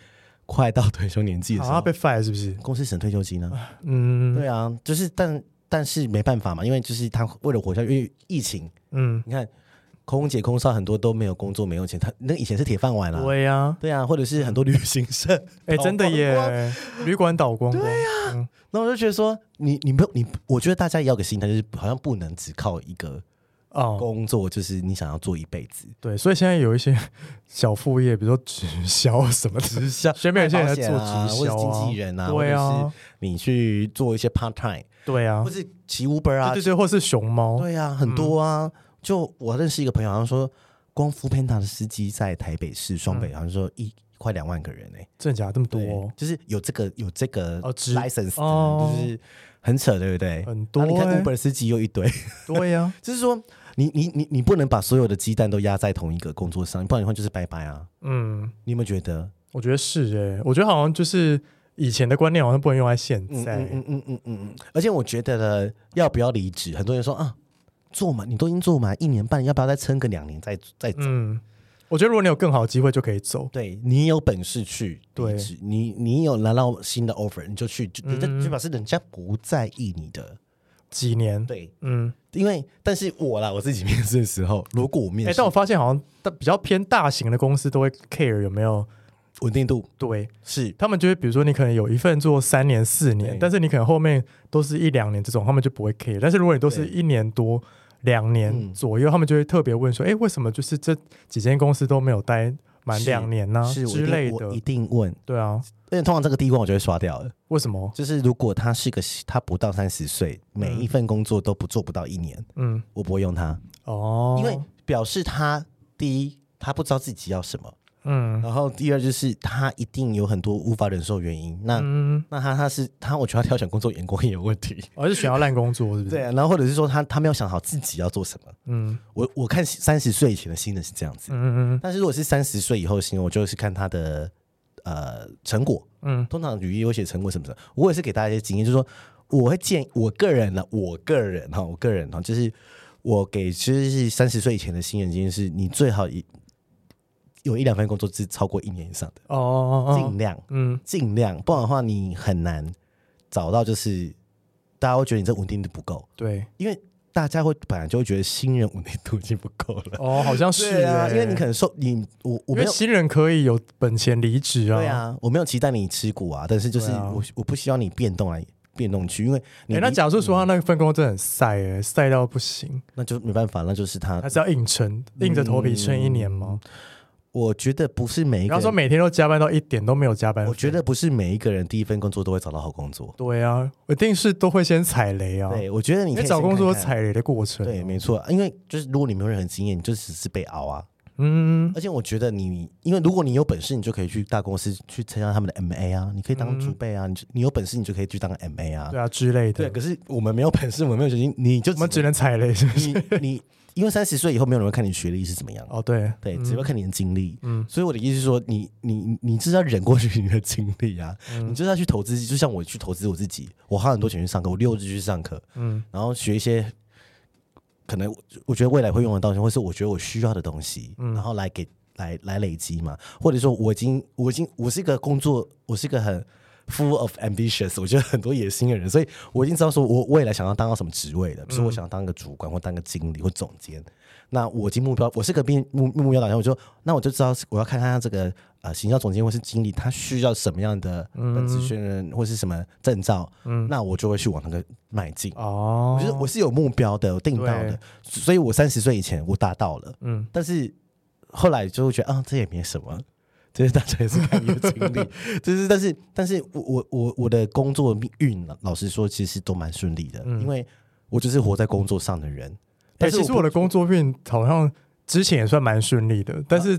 B: 快到退休年纪的
A: 好
B: 时
A: 像
B: 候，
A: 被 fire 是不是？
B: 公司省退休金呢、啊？
A: 嗯
B: 对啊，就是但但是没办法嘛，因为就是他为了活下去，因为疫情，
A: 嗯，
B: 你看空姐、空少很多都没有工作、没有钱，他那以前是铁饭碗啦、
A: 对呀，
B: 对啊，或者是很多旅行社，
A: 哎，真的
B: 倒光光啊
A: 耶，旅馆倒光光，
B: 那我就觉得说，你你不用你，我觉得大家也要有个心态，就是好像不能只靠一个
A: 哦，
B: 工作，就是你想要做一辈子。
A: 对，所以现在有一些小副业，比如说直销什么的，
B: 直销
A: 身边有些人在
B: 卖保险
A: 做
B: 啊
A: 直销啊
B: 或者经纪人啊，
A: 对啊
B: 或者是你去做一些 part time，、
A: 对啊
B: 或，是骑 Uber 啊，
A: 对对对，或是熊猫，嗯
B: 对啊，很多啊。就我认识一个朋友，好像说光 f o o Panda 的司机在台北市双
A: 嗯
B: 北，好像说一快两万个人哎、
A: 真的假的这么多
B: 对，
A: 哦？
B: 就是有这个有这个
A: 哦执
B: license，的、
A: 哦
B: 就是很扯，对不对？啊
A: 很多
B: 然后你
A: 欸
B: 看 Uber 司机又一堆，
A: 对啊呀、
B: 就是说你你你你不能把所有的鸡蛋都压在同一个工作上，不然的话就是拜拜啊！
A: 嗯，
B: 你有没有觉得？
A: 我觉得是哎、我觉得好像就是以前的观念好像不能用在现
B: 嗯
A: 在，
B: 嗯嗯嗯嗯嗯嗯。而且我觉得呢，要不要离职？很多人说啊，做满你都已经做满一年半，要不要再撑个两年再再走？
A: 嗯我觉得如果你有更好的机会就可以走，
B: 对你有本事去
A: 对
B: 离职，你你有拿到新的 offer，你就去，就
A: 嗯
B: 就就表示人家不在意你的。
A: 几年，
B: 对，
A: 嗯，
B: 因为但是我啦，我自己面试的时候，如果我
A: 哎、
B: 面试
A: 但我发现好像大比较偏大型的公司都会 care 有没有
B: 稳定度
A: 对，
B: 是
A: 他们就会比如说你可能有一份做三年四年
B: 对，
A: 但是你可能后面都是一两年这种，他们就不会 care。但是如果你都是
B: 对
A: 一年多两年
B: 嗯
A: 左右，他们就会特别问说，哎、为什么就是这几间公司都没有待满
B: 是
A: 两年呢、
B: 是我
A: 啊
B: 一
A: 之
B: 定
A: 类
B: 我
A: 的
B: 一？定问。
A: 对啊，
B: 而且通常这个第一关我就会刷掉了，
A: 为什么？
B: 就是如果他是个他不到三十岁，每一份工作都不做不到一年，
A: 嗯，
B: 我不会用他，
A: 哦，
B: 因为表示他第一他不知道自己要什么，
A: 嗯
B: 然后第二就是他一定有很多无法忍受的原因。那、
A: 嗯，
B: 那他他是他，我觉得他挑选工作眼光也有问 题。
A: 而、是选要烂工作，是不是？
B: 对、啊，然后或者是说他他没有想好自己要做什么。
A: 嗯
B: 我我看三十岁以前的新人是这样子，
A: 嗯嗯
B: 但是如果是三十岁以后的新人，我就是看他的呃成果。
A: 嗯
B: 通常履历会写成果什么的，我也是给大家一些经验，就是说我会建议我个人呢，我个人哈，我个人哈，就是我给就是三十岁以前的新人经验是，你最好一有一两份工作是超过一年以上的，
A: 哦哦哦
B: 尽
A: 哦，
B: 量
A: 嗯
B: 尽量，不然的话你很难找到，就是大家会觉得你这稳定度不够，
A: 对，
B: 因为大家会本来就会觉得新人稳定度已经不够了。
A: 哦，好像是、
B: 对啊，
A: 欸
B: 因为你可能受你我
A: 因
B: 我没
A: 为
B: 有
A: 新人可以有本钱离职啊，
B: 对啊，我没有期待你吃苦啊，但是就是
A: 对啊
B: 我、我不希望你变动来变动去，因为
A: 哎、
B: 你、
A: 那假设说他那份工作真的很晒哎、晒到不行，
B: 那就没办法，那就是他
A: 他。是要硬撑，
B: 嗯
A: 硬着头皮撑一年吗？
B: 我觉得不是每一个
A: 然后说
B: 人，
A: 每天都加班到一点都没有加班费，
B: 我觉得不是每一个人第一份工作都会找到好工作。
A: 对啊，一定是都会先踩雷啊，
B: 对，我觉得你
A: 因
B: 可
A: 为
B: 以
A: 找
B: 先
A: 工作
B: 看看
A: 踩雷的啊过程，
B: 对，，没错，因为就是如果你没有任何经验，你就只是被熬啊。
A: 嗯，
B: 而且我觉得你，因为如果你有本事，你就可以去大公司去参加他们的 MA 啊，你可以当主备啊，你就你有本事，你就可以去当 MA 啊。
A: 嗯对啊之类
B: 对，
A: 的，
B: 可是我们没有本事，我们没有决心，你就
A: 我
B: 只
A: 们只能踩雷，是不是？
B: 你你因为三十岁以后没有人会看你学历是怎么样，
A: 哦，对，
B: 对，只会看你的经历。
A: 嗯
B: 嗯，所以我的意思是说，你你你就是要忍过去你的经历啊，你就是要去投资，就像我去投资我自己，我花很多钱去上课，我六日去上课，
A: 嗯
B: 然后学一些可能我我觉得未来会用得到的东西，或是我觉得我需要的东西，然后来给来来累积嘛，或者说我已经我已经我是一个工作，我是一个很。Full of ambitious，我觉得很多野心的人，所以我已经知道说我未来想要当到什么职位了，比如说我想要当个主管或当个经理或总监。那我已经目标，我是个目目目标导向，我就那我就知道我要看看他这个呃行销总监或是经理，他需要什么样的本职确认或是什么证照，那我就会去往那个迈进。
A: 哦，
B: 我就是我是有目标的，有定到的
A: 对，
B: 所以我三十岁以前我达到了，
A: 嗯，
B: 但是后来就会觉得啊，这也没什么，就是大家也是看你的 经历，就是但是但是我我我我的工作命运，老实说其实都蛮顺利的，因为我就是活在工作上的人。
A: 嗯哎、
B: 但是
A: 其实我的工作运好像之前也算蛮顺利的，但 是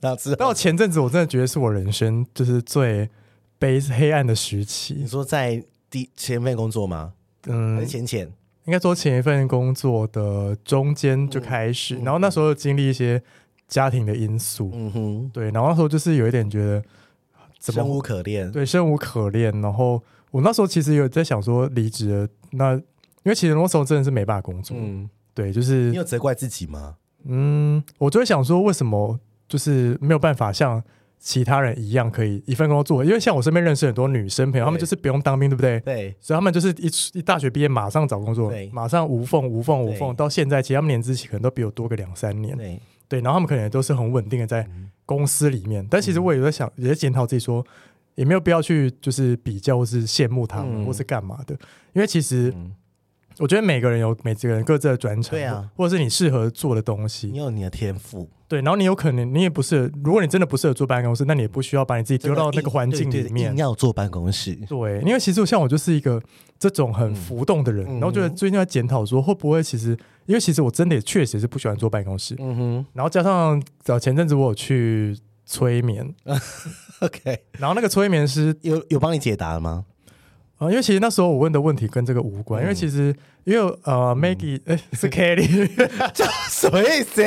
B: 那之后
A: 到前阵子我真的觉得是我人生就是最悲黑暗的时期
B: 你，说在第前份工作吗？还
A: 嗯
B: 是，浅浅？
A: 应该说前一份工作的中间就开始，然后那时候经历一些家庭的因素，
B: 嗯哼，
A: 对，然后那时候就是有一点觉得怎
B: 生
A: 么
B: 无可恋。
A: 对生无可恋，然后我那时候其实有在想说离职了，那因为其实那时候真的是没办法工作，
B: 嗯，
A: 对，就
B: 你
A: 是
B: 有责怪自己吗？
A: 嗯，我就会想说为什么就是没有办法像。其他人一样可以一份工作，因为像我身边认识很多女生朋友，她们
B: 对
A: 就是不用当兵，对不对？
B: 对，
A: 所以他们就是一出一大学毕业马上找工作
B: 对，
A: 马上无缝无缝无缝，
B: 对
A: 到现在其实他们年资可能都比我多个两三年，
B: 对，
A: 对，然后他们可能也都是很稳定的在公司里面，但其
B: 嗯
A: 实我也在想，也在检讨自己说，也没有必要去就是比较或是羡慕他们、
B: 嗯
A: 或是干嘛的，因为其实
B: 嗯，
A: 我觉得每个人有每个人各自的专长，
B: 对啊
A: 或者是你适合做的东
B: 你
A: 西，
B: 有你的天赋，
A: 对，然后你有可能你也不是，如果你真的不适合做办公室，那你也不需要把你自己丢到那个环境
B: 对对
A: 里面
B: 硬，要坐办公室，
A: 对，因为其实我像我就是一个这种很浮动的人，
B: 嗯
A: 然后觉得最近在检讨说，会不会其实因为其实我真的也确实是不喜欢坐办公室，
B: 嗯哼
A: 然后加上早前阵子我有去催眠，
B: ，OK，
A: 然后那个催眠师
B: 有有帮你解答了吗？
A: 啊、因为其实那时候我问的问题跟这个无关，因
B: 嗯
A: 为其实因为呃，Maggie 哎、是 Kelly，Kelly
B: 这什么意思？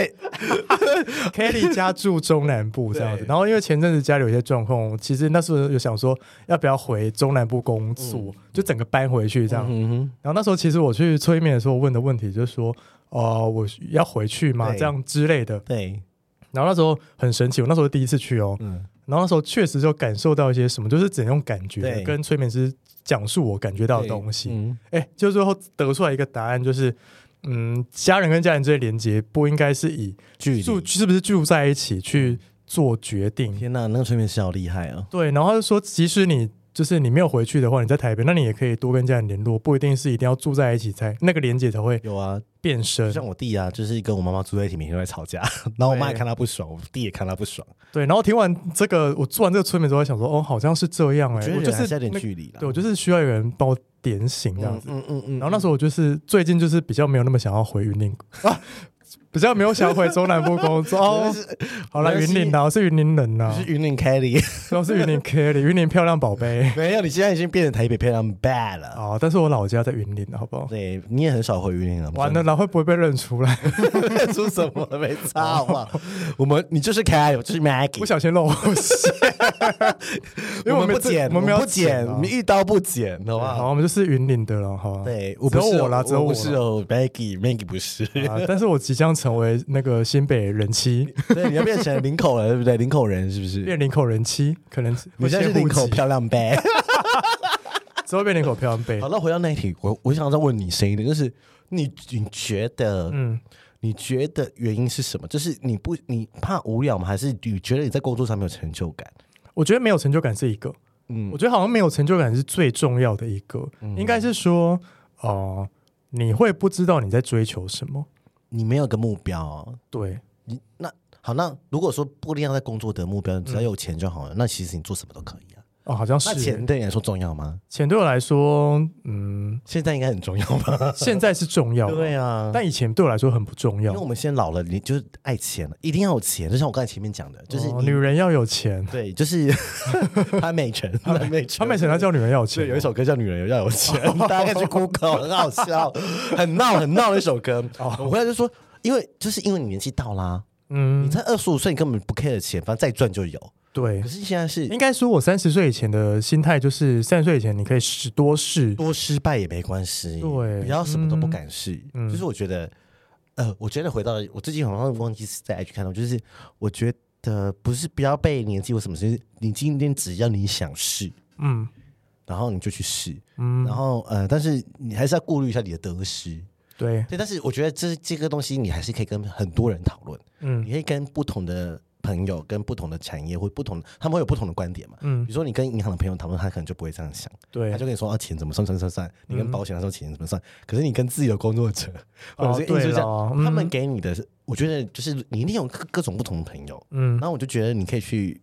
A: 家住中南部这样子，
B: 对
A: 然后因为前阵子家里有一些状况，其实那时候有想说要不要回中南部工作，就整个搬回去这样。
B: 嗯哼，
A: 然后那时候其实我去催眠的时候问的问题就是说，呃，我要回去吗？
B: 对
A: 这样之类的。
B: 对，
A: 然后那时候很神奇，我那时候第一次去哦，
B: 嗯，
A: 然后那时候确实就感受到一些什么，就是只能用感觉
B: 对
A: 跟催眠师讲述我感觉到的
B: 对
A: 东西。
B: 嗯
A: 哎、就最后得出来一个答案，就是嗯，家人跟家人之间的连接不应该是以
B: 距
A: 住
B: 离。
A: 是不是住在一起去做决定。
B: 天哪，那个催眠师好厉害哦！
A: 对，然后他就说，即使你就是你没有回去的话，你在台北，那你也可以多跟家人联络，不一定是一定要住在一起才那个连接才会
B: 有啊，
A: 变
B: 就
A: 深。
B: 像我弟啊，就是跟我妈妈住在一起，每天都在吵架， 然后我妈也看他不爽，我弟也看他不爽，
A: 对，然后听完这个，我做完这个催眠之后，想说，哦，好像是这样哎、我
B: 觉
A: 就
B: 得还
A: 是
B: 是有点
A: 那
B: 距离了。
A: 对我就是需要有人帮我点醒这样子。
B: 嗯嗯嗯
A: 然后那时候我就是最近就是比较没有那么想要回云林 啊，比较没有想要回中南部工 作。哦，好了，
B: 没关
A: 云
B: 系
A: 林呐，我是云林人呐
B: 你，是云林 Kelly，
A: 然后是云林 Kelly，云林漂亮宝贝。
B: 没有，你现在已经变成台北漂亮 bad 了。
A: 哦，但是我老家在云林，好不好？
B: 对，你也很少回云林了，
A: 完了啦，会不会被认出来？
B: 认 出什么了没差好不好？我们你就是 Kelly，我就是 Maggie，
A: 不小心露 馅，因为
B: 我
A: 没
B: 们不
A: 自
B: 剪，
A: 我
B: 我
A: 们没
B: 们
A: 有
B: 不剪，
A: 啊
B: 我们一刀不剪，好不
A: 好，
B: 好？
A: 我们就是云林的了，好吧？
B: 对，我
A: 只
B: 不
A: 有
B: 是
A: 我啦只有我
B: 不是哦，Maggie，Maggie 不是，
A: 啊。但是我即将成为那个新北人 妻，
B: 对，你要变成林口了，对不对？林口人是不是？
A: 变林口人妻，可能
B: 你现在是林口
A: 票，
B: 漂亮 bad。
A: 之后变林口漂亮贝
B: 好，。那回到那一题，我我想再问你深一点，就是你你觉得，
A: 嗯，
B: 你觉得原因是什么？就是你不你怕无聊吗？还是你觉得你在工作上没有成就感？
A: 我觉得没有成就感是一个，
B: 嗯
A: 我觉得好像没有成就感是最重要的一个，应该是说，哦、你会不知道你在追求什么。
B: 你没有个目标、哦，
A: 对，
B: 你那好，那如果说不一定要在工作得目标，只要有钱就好了，那其实你做什么都可以啊。
A: 哦，好像是
B: 那钱对你来说重要吗？，
A: 钱对我来说，嗯
B: 现在应该很重要吧？
A: 现在是重要，
B: 对， 啊，
A: 但以前对我来说很不重
B: 因
A: 要
B: 为。我们现在老了，你就是爱钱了，一定要有钱。就像我刚才前面讲的，就是
A: 哦
B: 你、
A: 女人要有 钱，
B: 对，就是潘美辰，潘美辰，
A: 他们想要叫女人要有钱
B: 对，，有一首歌叫《女人要有钱》，大家可以去 Google，很好笑，很闹很闹的一首歌。我回来就说，因为就是因为你年纪到啦，你
A: 嗯，
B: 才二十五岁，你根本不 care 钱，反正再赚就有。
A: 对
B: 可。是现在是
A: 应该说，我三十岁以前的心态就是，三十岁以前你可以试多试，
B: 多失败也没关系，
A: 对
B: 不要什么都不敢试。
A: 嗯
B: 就是我觉得，呃，我觉得回到我最近好像忘记是在 H 看到，就是我觉得不是不要被年纪或什么，就是你今天只要你想试，
A: 嗯
B: 然后你就去试，
A: 嗯，
B: 然后呃，但是你还是要顾虑一下你的得失。
A: 对，
B: 对，但是我觉得这这个东西你还是可以跟很多人讨论，
A: 嗯
B: 你可以跟不同的朋友、跟不同的产业或不同，他们会有不同的观点嘛。比
A: 嗯
B: 如说你跟银行的朋友讨论，他可能就不会这样想，
A: 对
B: 他就，跟你说啊钱怎么算算算算，你
A: 嗯
B: 跟保险的时候钱怎么算，可是你跟自由工作者或
A: 哦
B: 者是艺术
A: 对
B: 家，
A: 了
B: 他
A: 嗯
B: 们给你的是，我觉得就是你一定有各各种不同的朋友，
A: 嗯
B: 然，后我就觉得你可以去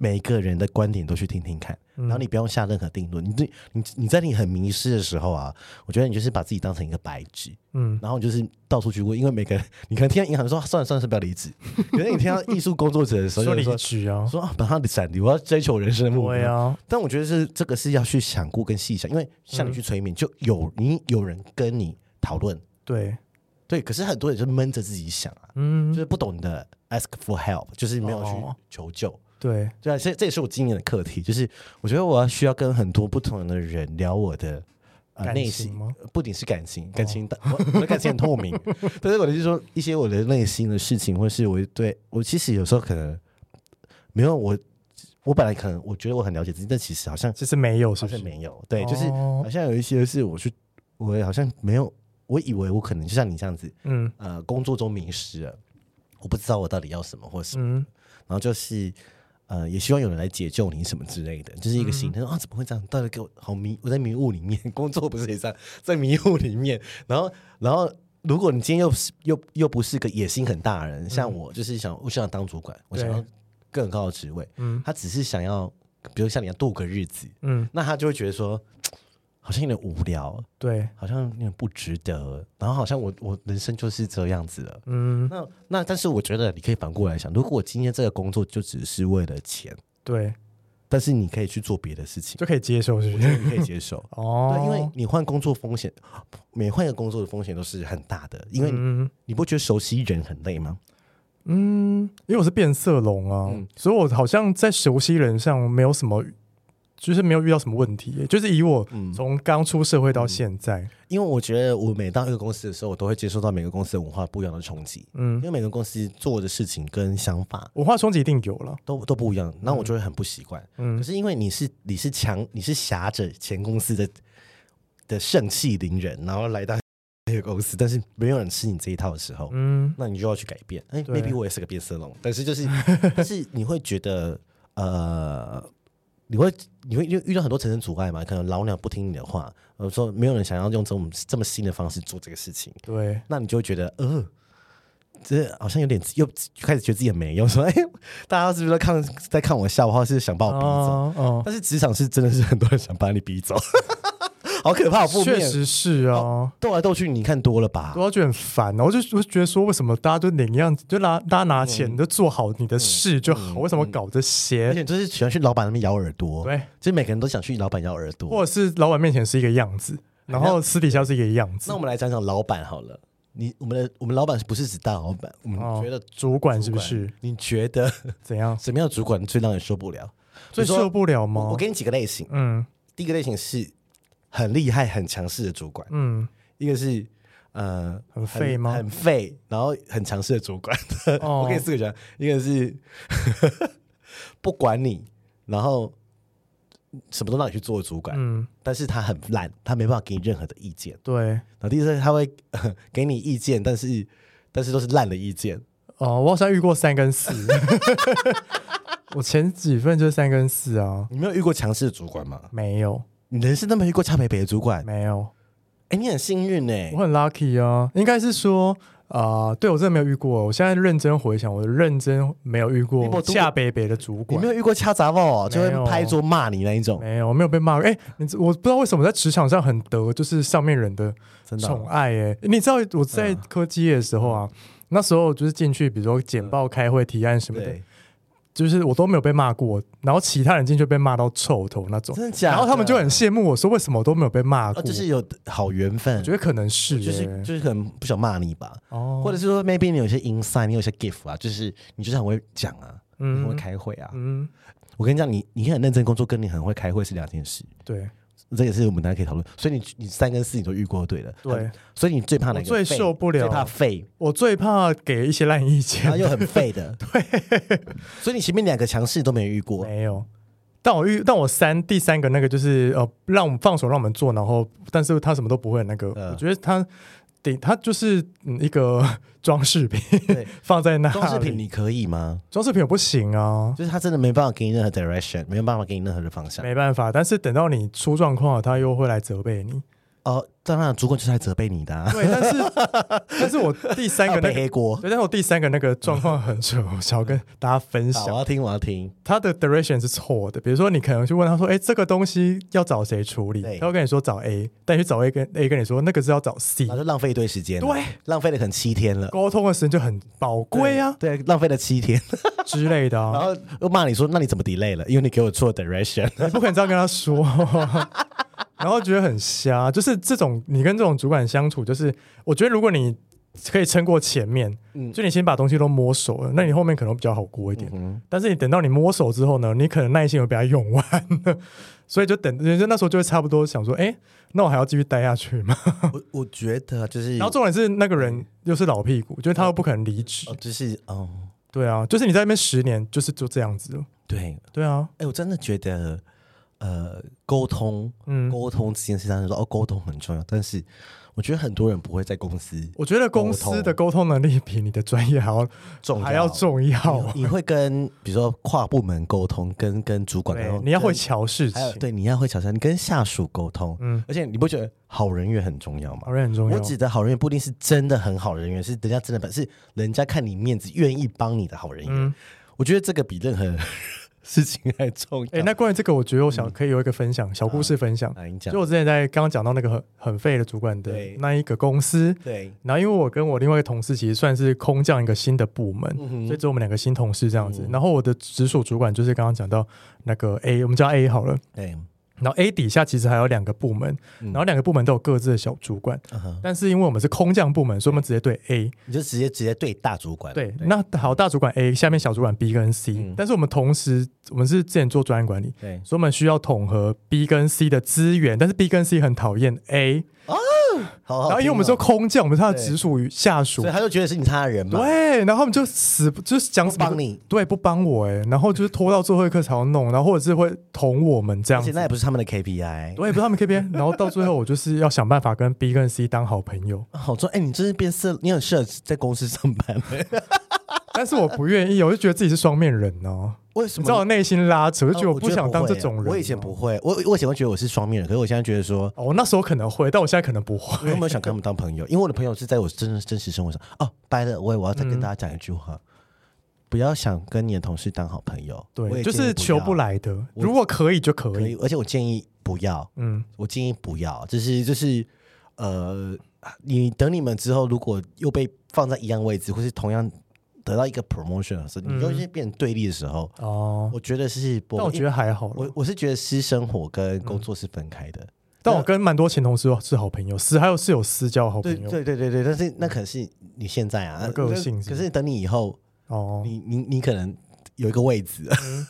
B: 每一个人的观点都去听听看，
A: 嗯
B: 然后你不用下任何定论。你对你你在你很迷失的时候啊，我觉得你就是把自己当成一个白纸，
A: 嗯，
B: 然后你就是到处去问，因为每个人你可能听到银行说、啊算了算了，是不要离职，可是你听到艺术工作者的时候，
A: 说
B: 就
A: 离
B: 是说
A: 职啊，
B: 说啊，把他的闪离，我要追求人生的目
A: 对
B: 标。
A: 啊，
B: 但我觉得是这个是要去想过跟细想，因为
A: 嗯
B: 像你去催眠，就有你有人跟你讨论，
A: 对，
B: 对，可是很多人就闷着自己想啊，
A: 嗯
B: 就是，不懂得 ask for help，就是没有去
A: 哦
B: 求救。
A: 对，
B: 对啊，这这也是我今年的课题，就是我觉得我要需要跟很多不同的人聊我的呃
A: 感
B: 内
A: 情
B: 心
A: 吗，哦
B: 呃不仅是感情，感情的、 我我的感情很 透明，但是我的就是说一些我的内心的事情，或是我对我其实有时候可能没有我，我本来可能我觉得我很了解自己，但其实好像
A: 其实没有，是
B: 好
A: 不
B: 像
A: 是？
B: 没有，对，就是
A: 哦
B: 好像有一些是我去，我好像没有，我以为我可能就像你这样子，
A: 嗯
B: 呃，工作中迷失了，我不知道我到底要什么或什么。
A: 嗯，
B: 然后就是呃，也希望有人来解救你什么之类的，就是一个
A: 嗯
B: 心态、啊，怎么会这样？到底给我好迷，我在迷雾里面， 工作不是也这样，在迷雾里面。然后，然后，如果你今天又是又又不是个野心很大的人，像我，就是想我想当主管，我
A: 嗯
B: 想
A: 对
B: 要更高的职位，
A: 嗯
B: 他只是想要，比如像你要度个日子，
A: 嗯，
B: 那他就会觉得说。好像有点无聊，
A: 对，
B: 好像有点不值得，然后好像我我人生就是这样子了。
A: 嗯，
B: 那那但是我觉得你可以反过来想，如果我今天这个工作就只是为了钱，
A: 对，
B: 但是你可以去做别的事情，
A: 就可以接受，是不是？
B: 你可以 接受。
A: 哦，
B: 对，因为你换工作风险，每换一个工作的风险都是很大的，因为你,、
A: 嗯
B: 你不觉得熟悉人很累吗？
A: 嗯，因为我是变色龙啊，
B: 嗯
A: 所以我好像在熟悉人上没有什么，就是没有遇到什么问题耶，就是以我
B: 嗯
A: 从刚出社会到现在，
B: 因为我觉得我每到一个公司的时候，我都会接受到每个公司的文化不一样的冲击，
A: 嗯
B: 因，为每个公司做的事情跟想法
A: 文化冲击一定有了，
B: 都都不一样，那我就会很不习惯。可
A: 嗯，
B: 是因为你是你是强你是挟着前公司的的盛气凌人，然后来到这个公司，但是没有人吃你这一套的时候，
A: 嗯，
B: 那你就要去改变。哎、m
A: 对
B: a y b e 我也是个变色龙，但是 就是但是你会觉得呃，你会你会遇遇到很多层层阻碍嘛？可能老鸟不听你的话，呃，说没有人想要用这种这么新的方式做这个事情，
A: 对，
B: 那你就会觉得呃。这好像有点又开始觉得自己很没用，说哎，大家是不是在看在看我笑话，是想把我逼走？
A: 哦哦，
B: 但是职场是真的是很多人想把你逼走， 好可怕，好负
A: 确
B: 面。哦
A: 实是啊，
B: 斗来斗去，你看多了吧
A: 我？要觉得很烦啊，我就我就觉得说，为什么大家都领样，就拿大家拿
B: 嗯
A: 钱就做好你的事就好，为什么搞这
B: 而
A: 些？
B: 且就是喜欢去老板那边咬耳朵，
A: 对，
B: 就是每个人都想去老板咬耳朵。
A: 或者是老板面前是一个样子，然后私底下是一个样
B: 哎那
A: 子
B: 我，们来讲讲老板好了。你我们的我们老板不是指大老板，我们
A: 哦
B: 觉得主
A: 主管是不
B: 管
A: 是？？
B: 你觉得
A: 怎样？
B: 什么样的主管最让人受不了？
A: 最
B: 说
A: 受不了吗？
B: 我我给你几个类型，
A: 嗯
B: 第一个类型是很厉害、很强势的主管，
A: 嗯，
B: 一个是呃
A: 很废吗
B: 很废，然后很强势的主管。
A: 哦
B: 我给你四个选项，一个是 不管你，然后什么都让你去做的主管，
A: 嗯，
B: 但是他很懒，他没办法给你任何的意见。
A: 对，
B: 然后第三，他会、 呃给你意见，但是但是都是烂的意见。
A: 哦，我好像遇过三跟四， 我前几份就是三跟四啊，
B: 你没有遇过强势的主管吗？
A: 没有
B: 你人生都没遇过恰北北的主管？
A: 没有，
B: 哎，你很幸运呢、
A: 我很 lucky 啊，应该是说。啊、对我真的没有遇过。我现在认真回想，我认真没有遇
B: 你有没
A: 过
B: 有读过
A: 下北北的主
B: 你
A: 管
B: 没，有遇过恰杂爆哦，就
A: 没有
B: 会拍桌骂你那一种，
A: 没有，我没有被骂过。哎、你知我不知道为什么在职场上很得就是上面人的
B: 真的哦、
A: 宠爱哎、你知道我在
B: 嗯
A: 科技业的时候啊，那时候就是进去，比如说简报、开会、提案什么的，
B: 对，
A: 就是我都没有被骂过，然后其他人进去被骂到臭头那种，
B: 真的假的？
A: 然后他们就很羡慕我说为什么我都没有被骂过，
B: 哦，就是有好缘分，
A: 我觉得可能是、欸，
B: 就是就是可能不想骂你吧，
A: 哦，
B: 或者是说 maybe 你有一些 insight，你有一些 gift 啊，就是你就是很会讲啊，
A: 嗯
B: 很会开会啊。
A: 嗯，
B: 我跟你讲，你你很认真工作，跟你很会开会是两件事，
A: 对
B: 这也是我们大家可以讨论。所以你你三跟四你都遇过，对的，
A: 对
B: 很。，所以你最怕哪个？
A: 我最
B: 废
A: 受不了
B: 最怕废，
A: 我最怕给一些烂意
B: 然后
A: 见，
B: 又很 废的。对，所以你前面两个强势都没有遇过，
A: 没有。但我遇，但我三第三个那个就是呃，让我们放手让我们做，然后但是他什么都不会那个，
B: 嗯
A: 我觉得他顶他就是嗯一个 装饰品
B: 对
A: 放在那里，
B: 装饰品你可以吗？
A: 装饰品我不行啊，
B: 就是他真的没办法给你任何 direction，没有办法给你任何的方向。
A: 没办法。但是等到你出状况了，他又会来责备你。
B: 哦，当然，主管就是来责备你的、啊，
A: 对，但 是但是我第三
B: 要
A: 个那
B: 背
A: 个，
B: 黑锅。
A: 对，但是我第三个那个状况很 扯，我想要跟大家分
B: 好，我啊
A: 享。
B: 要听，我要听。
A: 他的 direction 是错的，比如说你可能去问他说：“哎，这个东西要找谁处理？”
B: 对
A: 他会跟你说找 A，但你去找 A 跟 A 跟你说那个是要找 C，
B: 然后就浪费一堆时间了，
A: 对，
B: 浪费了可能七天了，
A: 沟通的时间就很宝贵啊
B: 对，浪费了七天，
A: 之类 的
B: 然
A: 啊，
B: 后又骂你说，那你怎么 delay 了？因为你给我错 direction，
A: 你不可能这样跟他说。然后觉得很瞎，就是这种你跟这种主管相处，就是我觉得如果你可以撑过前面，
B: 嗯
A: 就你先把东西都摸熟了，那你后面可能比较好过一点。
B: 嗯
A: 但是你等到你摸手之后呢，你可能耐心会被他用完了， 所以就等，人家那时候就会差不多想说，哎、那我还要继续待下去吗？
B: 我我觉得就是，
A: 然后重点是那个
B: 嗯
A: 人又是老屁股，就是他又不可能离职
B: 哦，，就是哦，
A: 对啊，就是你在那边十年，就是就这样子了，
B: 对，
A: 对啊，
B: 哎，我真的觉得，呃，沟通，
A: 嗯，
B: 沟通这件事，上说哦，沟通很重要，但是我觉得很多人不会在公司
A: 我觉得公司的沟通能力比你的专业还要
B: 重
A: 还要重要，
B: 你，你会跟比如说跨部门沟通，跟跟主管沟
A: 对，
B: 通，
A: 你要会
B: 跟
A: 瞧事
B: 还有
A: 情，
B: 对，你要会小声，你跟下属沟通，
A: 嗯
B: 嗯，而且你不觉得好人缘很重要吗
A: 好？人很重要
B: 我，指的好人缘不一定是真的很好人缘，是人家真的本是人家看你面子，愿意帮你的好人缘。
A: 嗯，
B: 我觉得这个比任何 事情还重要。
A: 哎、那关于这个，我觉得我想可以有一个分享、小故事分享。
B: 那你嗯讲
A: 就，我之前在刚刚讲到那个很很废的主管的
B: 对
A: 那一个公司，
B: 对，
A: 然后因为我跟我另外一个同事其实算是空降一个新的部门，
B: 嗯哼
A: 所以只有我们两个新同事这样子。
B: 嗯
A: 然后我的直属主管就是刚刚讲到那个 A，我们叫 A 好了。
B: 对，
A: 然后 A 底下其实还有两个部门，
B: 嗯
A: 然后两个部门都有各自的小主管，
B: 嗯哼
A: 但是因为我们是空降部门，所以我们直接对 A。
B: 你就直接直接对大主管，
A: 对，那好，大主管 A 下面小主管 B 跟 C，、
B: 嗯
A: 但是我们同时我们是之前做专案管理，
B: 对，
A: 所以我们需要统合 B 跟 C 的资源，但是 B 跟 C 很讨厌 A，
B: 好好听哦。
A: 然后因为我们说空降，我们是他的
B: 对
A: 直属与下属
B: 所以，他就觉得是你他的人嘛，
A: 对，然后他们就死不就是讲
B: 不
A: 什么
B: 帮你，
A: 对，不帮我哎、然后就是拖到最后一刻才要弄，然后或者是会捅我们这样
B: 而且
A: 子
B: 那，也不是他们的 KPI。
A: 我也不知道他们 KPI，然后到最后我就是要想办法跟 B 跟 C 当好朋友，
B: 好说，哎，你真是变色，你很适合在公司上班。
A: 但是我不愿意，我就觉得自己是双面人哦、
B: 为什
A: 你
B: 么
A: 知道我内心拉扯，我就觉得
B: 啊
A: 我不想当这种人、哦
B: 我以前不，会，我我以前会觉得我是双面人，可是我现在觉得说，
A: 哦，我那时候可能会，但我现在可能不
B: 我
A: 会
B: 有。 没有想跟他们当朋友？因为我的朋友是在我真真实生活上。哦，拜了，我也我要再
A: 嗯
B: 跟大家讲一句话，不要想跟你的同事当好朋友。 我
A: 对，
B: 也
A: 就
B: 建议
A: 是
B: 不
A: 求
B: 要
A: 不。来的，
B: 我
A: 如果可以就可
B: 可以
A: 以。，
B: 而且我建议不要，
A: 嗯，
B: 我建议不要，就是就是呃，你等你们之后，如果又被放在一样位置，或是同样得到一个 promotion 的时候，
A: 嗯
B: 你又是变成对立的时候，
A: 哦，
B: 我觉得是不
A: 但
B: 好。
A: 我觉
B: 因为
A: 得还好啦
B: 我我是觉得私生活跟工作是分开的。
A: 但我跟蛮多前同事是好朋友，私还有是有私交好
B: 对
A: 朋友。
B: 对对对对，但是那可是你现在啊，
A: 我个
B: 那
A: 性是
B: 可是等你以后，
A: 哦，
B: 你你你可能有一个位置，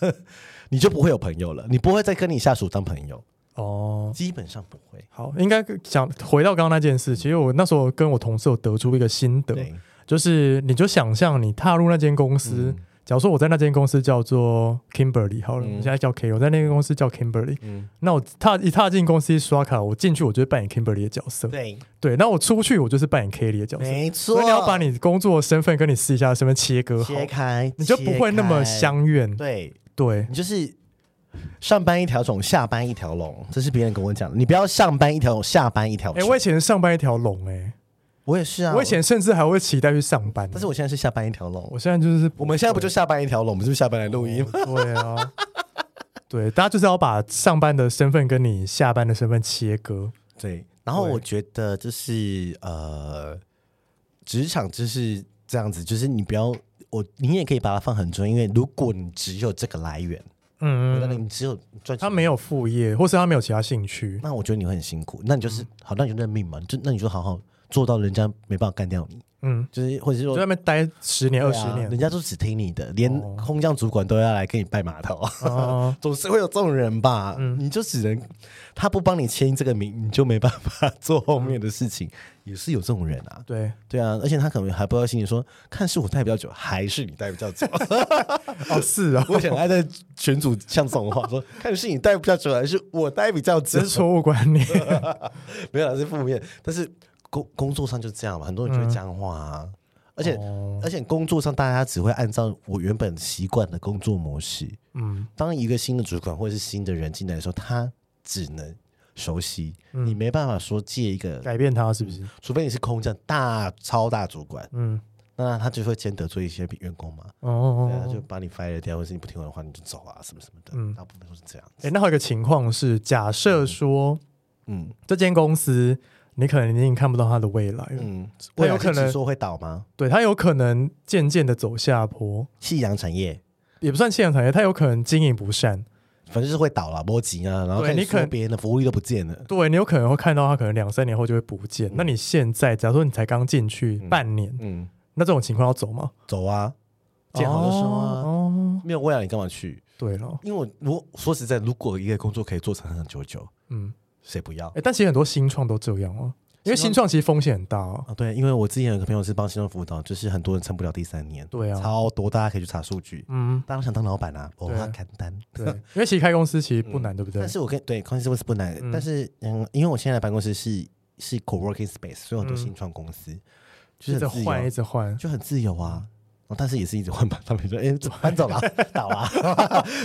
A: 嗯
B: 你就不会有朋友了，你不会再跟你下属当朋友，
A: 哦，
B: 基本上不会。
A: 好，应该讲回到刚刚那件事，其实我那时候跟我同事有得出一个心得，
B: 对，
A: 就是你就想象你踏入那间公司，
B: 嗯
A: 假如说我在那间公司叫做 Kimberly 好了，
B: 嗯
A: 我现在叫 K，我在那间公司叫 Kimberly，
B: 嗯，
A: 那我踏一踏进公司一刷卡，我进去我就会扮演 Kimberly 的角色，
B: 对，
A: 对，那我出去我就是扮演 Kelly 的角色，
B: 没错。
A: 所以你要把你工作的身份跟你私底下的身份切割好，
B: 切开，
A: 你就不会那么
B: 切开。
A: 相怨，
B: 对
A: 对。
B: 你就是上班一条虫，下班一条龙，这是别人跟我讲的。你不要上班一条龙，下班一条
A: 哎、
B: 虫。
A: 我以前上班一条龙哎、
B: 我也是啊，
A: 我以，前甚至还会期待去上班，
B: 但是我现在是下班一条龙。
A: 我现在就是
B: 我们现在不就下班一条龙，我们是不是下班来录音？
A: 对啊， 对，大家就是要把上班的身份跟你下班的身份切割。
B: 对，然后
A: 对
B: 我觉得就是呃，职场就是这样子，就是你不要我，你也可以把它放很重要，因为如果你只有这个来源，
A: 嗯，
B: 那你只有赚
A: 他
B: 钱，
A: 没有副业，或是他没有其他兴趣。
B: 那我觉得你会很辛苦。那你就是、好，那你就认命嘛，就那你就好好做到人家没办法干掉你，
A: 嗯，
B: 就是啊或者是
A: 就
B: 说
A: 在那边待十年、二
B: 对
A: 十
B: 啊
A: 年
B: 人。家都只听你的，连
A: 哦
B: 空降主管都要来跟你拜码头。
A: 哦，
B: 总是会有这种人吧，
A: 嗯
B: 你就只能他不帮你签这个名，你就没办法做后面的事情，也是有这种人啊。
A: 对，
B: 对啊，而且他可能还不知道心里说，看是我待比较久，还是你待比较久。
A: 哦是啊，
B: 我想爱在群主像这种话说， 看是你待比较久，还是我待比 较久
A: 这。是错误观 念。
B: 没有啦，是负面，但是工工作上就这样嘛，很多人就会这样话啊。而且、
A: 嗯哦
B: 而且工作上大家只会按照我原本习惯的工作模式。
A: 嗯，
B: 当一个新的主管或者是新的人进来的时候，他只能熟悉，
A: 嗯
B: 你没办法说借一个，
A: 改变他是不是？
B: 除非你是空降大超大主管，
A: 嗯，
B: 那他就会先得罪一些员工嘛。对啊，他就
A: 哦。
B: 把你 fire 掉，或是你不听我的话你就走啊，什么什么的，
A: 嗯
B: 大部分都是这样
A: 哎、
B: 子。
A: 那还有一个情况是，假设说
B: 嗯
A: 这间公司你可能已经看不到它的未来了，
B: 嗯，
A: 他
B: 未
A: 有
B: 来
A: 可
B: 是
A: 能
B: 指说会倒吗？
A: 对它有可能渐渐的走下坡，
B: 夕阳产业，
A: 也不算夕阳产业，它有可能经营不善。
B: 反正就是会倒了，波及啊，然后
A: 对
B: 开始
A: 你可
B: 说别人的服务力都不见了。
A: 对你有可能会看到他可能两三年后就会不见。那你现在，假如说你才刚进去半年，
B: 嗯，
A: 那这种情况要走吗？
B: 走啊，见好就收啊，
A: 哦，哦
B: 没有未来你干嘛去？
A: 对了，
B: 因为我如果说实在，如果一个工作可以做长长久久，
A: 嗯，
B: 谁不要
A: 哎、？但其实很多新创都这样哦、因为新创其实风险很大哦、
B: 啊，对，因为我之前有一个朋友是帮新生辅导，就是很多人撑不了第三年，
A: 对啊
B: 超多，大家可以去查数据，
A: 嗯，
B: 大家都想当老板啊，我
A: 对啊
B: 怕砍单。
A: 对，因为其实开公司其实不难，对不对
B: 嗯但？是我跟对公司是不难，
A: 嗯
B: 但是嗯，因为我现在的办公室是是 co-working space，所以很
A: 嗯
B: 多新创公司、
A: 一
B: 就是
A: 直
B: 很自
A: 换，一
B: 由，
A: 直换，
B: 就很自由啊。哦但是也是一直换吧，他们 说：“哎、怎么搬 走了，倒啊，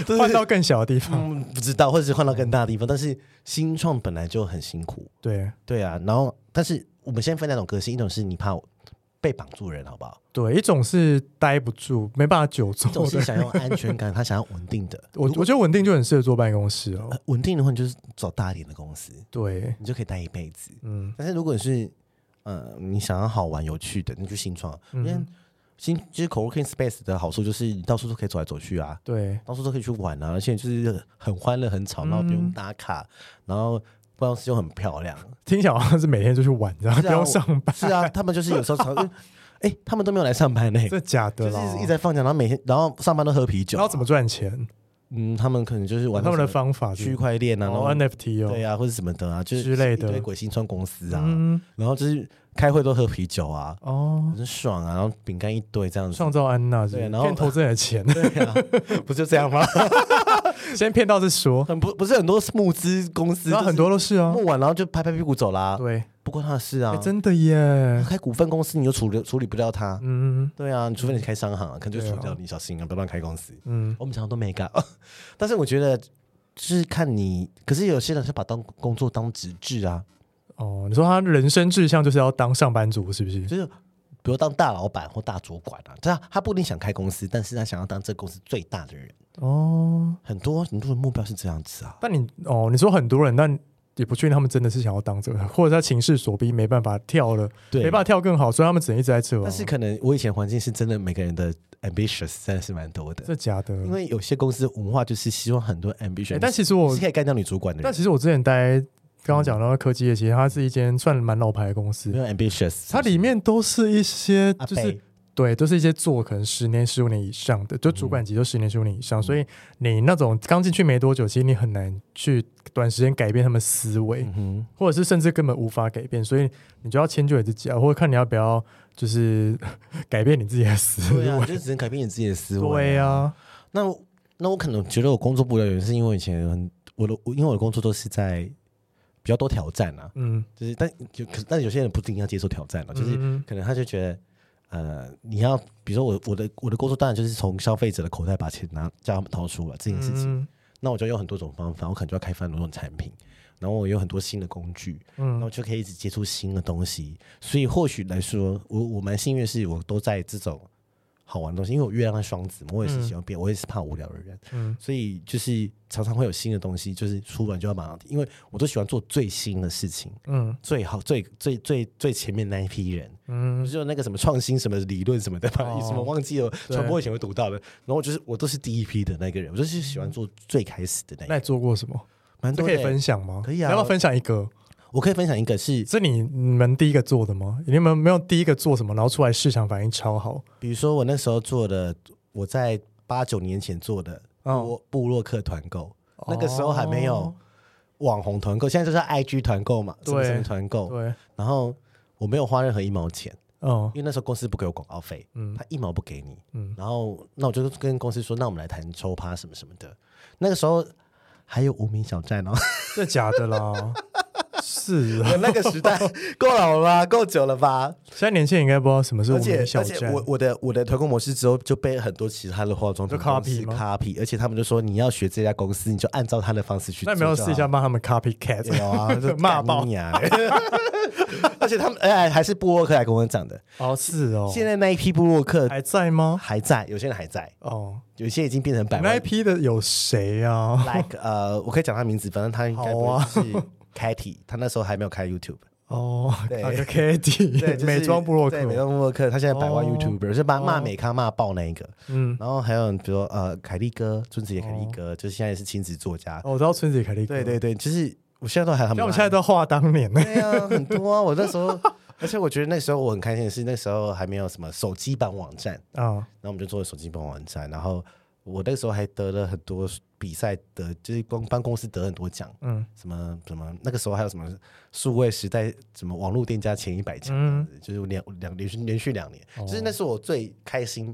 B: 就是
A: 换到更小的地方。
B: 嗯不知道，或者是换到更大的地方。”但是新创本来就很辛苦，
A: 对，
B: 对啊，然后但是我们先分两种个性，一种是你怕被绑住人，好不好？
A: 对，一种是待不住，没办法久坐
B: 总
A: 的
B: 是。想要安全感，他想要稳定的。
A: 哦我我觉得稳定就很适合坐办公室哦。
B: 呃稳定的话，你就是找大一点的公司，
A: 对，
B: 你就可以待一辈子。
A: 嗯，
B: 但是如果你是呃，你想要好玩有趣的，那就新创。因为
A: 嗯
B: 新就是 co-working space 的好处就是你到处都可以走来走去啊，
A: 对，
B: 到处都可以去玩啊，而且就是很欢乐、很吵闹，
A: 嗯
B: 不用打卡，然后办公室又很漂亮。
A: 听起来好像是每天就去玩，然后
B: 是
A: 不
B: 啊
A: 用上班，
B: 是啊，他们就是有时候 常，哎、他们都没有来上班呢、
A: 这假
B: 就
A: 的
B: 是
A: 啦。
B: 一直在放假，然后每天然后上班都喝啤酒、啊
A: 然后怎么？赚钱？
B: 嗯，他们可能就是玩
A: 他们的
B: 什么
A: 方法是
B: 区块链啊，
A: 然
B: 然
A: 后
B: 后
A: NFT 哦，
B: 对啊，或者什么的啊，就是
A: 之类的
B: 一堆鬼新创公司啊，
A: 嗯，
B: 然后就是开会都喝啤酒啊，
A: 哦，
B: 很爽啊，然后饼干一堆这样子。
A: 创造安娜是不是
B: 对然后
A: 骗投资人的钱，
B: 对啊， 不就这样吗？
A: 先骗到再说，
B: 很不不是很多募资公司，
A: 然后很多都是啊，
B: 募完然后就拍拍屁股走啦。
A: 对，
B: 不过他的事啊
A: 哎，真的耶，
B: 开股份公司你又处理处理不掉他。
A: 嗯
B: 对啊，你除非你开商行啊，可能就处理
A: 对
B: 掉
A: 啊
B: 你，小心啊，不要乱开公司。
A: 嗯，
B: 我们常常都没干， 但是我觉得就是看你，可是有些人是把当工作当职志啊，
A: 哦，你说他人生志向就是要当上班族，是不是？
B: 就是比如当大老板或大主管啊，他他不一定想开公司，但是他想要当这个公司最大的人。
A: 哦，
B: 很多很多人目标是这样子啊，
A: 但你哦，你说很多人，但也不确定他们真的是想要当这个，或者他情势所逼没办法跳了，
B: 对
A: 没办法跳更好，所以他们只能一直在这、啊。
B: 但是可能我以前环境是真的，每个人的 ambitious 真的是蛮多的，
A: 这假的，
B: 因为有些公司文化就是希望很多 ambition，、
A: 哎但其实我
B: 你是可以干掉你主管的
A: 但
B: 人，
A: 其实我之前待刚刚讲到的科技业，其实它是一间算蛮老牌的公
B: 没
A: 司，
B: 有 ambitious，啊
A: 它里面都是一些
B: 阿
A: 就
B: 贝
A: 是。对，都是一些做可能十年、十五年以上的，就主管
B: 嗯
A: 级都十年、十五年以上，所以你那种刚进去没多久，其实你很难去短时间改变他们思维，
B: 嗯 哼，
A: 或者是甚至根本无法改变，所以你就要迁就你自己啊，或者看你要不要就是 改变你自己的思
B: 对
A: 维。
B: 啊，你就只能改变你自己的思维、
A: 对呀、啊，
B: 那我那我可能觉得我工作不了原因是因为我以前很我的我因为我的工作都是在比较多挑战啊，
A: 嗯，
B: 就是但有可但有些人不一定要接受挑战了，啊就是
A: 嗯
B: 可能他就觉得。呃，你要比如说我我的我的工作当然就是从消费者的口袋把钱拿叫他们掏出了这件事情，
A: 嗯
B: 那我就有很多种方法，我可能就要开发很多种产品，然后我有很多新的工具，
A: 嗯
B: 然后就可以一直接触新的东西。所以或许来说，我我蛮幸运，的是我都在这种好玩的东西，因为我月亮在双子嘛，我也是喜欢变，我也是怕无聊的人，
A: 嗯
B: 所以就是常常会有新的东西，就是出版就要马上，因为我都喜欢做最新的事情，
A: 嗯
B: 最好最最最最前面那一批人。不
A: 嗯，
B: 是有那个什么创新什么理论什么的吧？
A: 哦
B: 什么忘记了？
A: 对
B: 传播以前会读到的。然后我就是我都是第一批的那个人，我就是喜欢做最开始的那一
A: 嗯那你
B: 个。
A: 做过什么？
B: 蛮
A: 这
B: 多
A: 可
B: 的
A: 以分享吗？
B: 可以啊
A: 你要不要分享一个？
B: 我可以分享一个是，
A: 是你你们第一个做的吗？你们没有第一个做什么，然后出来市场反应超好？
B: 比如说我那时候做的，我在八九年前做的
A: 哦
B: 部部落客团购，那个时候还没有网红团购，现在就是 IG 团购嘛，什么
A: 对
B: 什么团购。
A: 对，
B: 然后我没有花任何一毛钱，
A: 嗯
B: 因为那时候公司不给我广告费，
A: 嗯
B: 他一毛不给你。
A: 嗯，
B: 然后那我就跟公司说，那我们来谈抽趴什么什么的。那个时候还有无名小站哦，
A: 这假的 啦，是啊，
B: 我那个时代够老了吧，够久了吧？
A: 现在年轻人应该不知道什么是无
B: 而且
A: 名小
B: 而且
A: 站，
B: 我我的我的团购模式之后就被很多其他的化妆品
A: 就
B: 公司
A: copy 吗
B: copy，而且他们就说你要学这家公司，你就按照他的方式去
A: 那
B: 做
A: 有没
B: 就好。
A: 有试一下帮他们 copycat？
B: 有啊，就
A: 骂
B: 干
A: 爆
B: 你啊！ 而且他们哎还是布洛克来跟我讲的，
A: 哦，是哦，
B: 现在那一批布洛克
A: 还在吗？
B: 还在，有些人还在，
A: 哦，
B: 有些已经变成百
A: 那一
B: 万。
A: 批的有谁啊？
B: like 呃，我可以讲他名字，反正他应该不
A: 好啊
B: 会是 Katy，他那时候还没有 开 YouTube。
A: 哦，
B: 对
A: 那个 Kitty，
B: 对，就是
A: 美妆部落
B: 对美
A: 客，
B: 妆布洛克，他现在百万
A: 哦
B: YouTuber，是把骂
A: 哦
B: 美咖骂爆那一个。
A: 嗯，
B: 然后还有比如说呃，凯利哥，孙子也凯利哥，就是现在也是亲子作家。
A: 哦哦我知道春子凯丽，
B: 对，对对，就是我现在都还很。
A: 像我们现在都画当年呢，
B: 对啊，很多啊。我那时候， 而且我觉得那时候我很开心的是，那时候还没有什么手机版网站，
A: 啊，
B: 然后我们就做了手机版网站，然后我那时候还得了很多比赛得，就是帮帮公司得很多奖。
A: 嗯
B: 什么什么，那个时候还有什么数位时代什么网络店家前一百强，
A: 嗯
B: 就是我两两连续连续两年，
A: 哦
B: 就是那是我最开心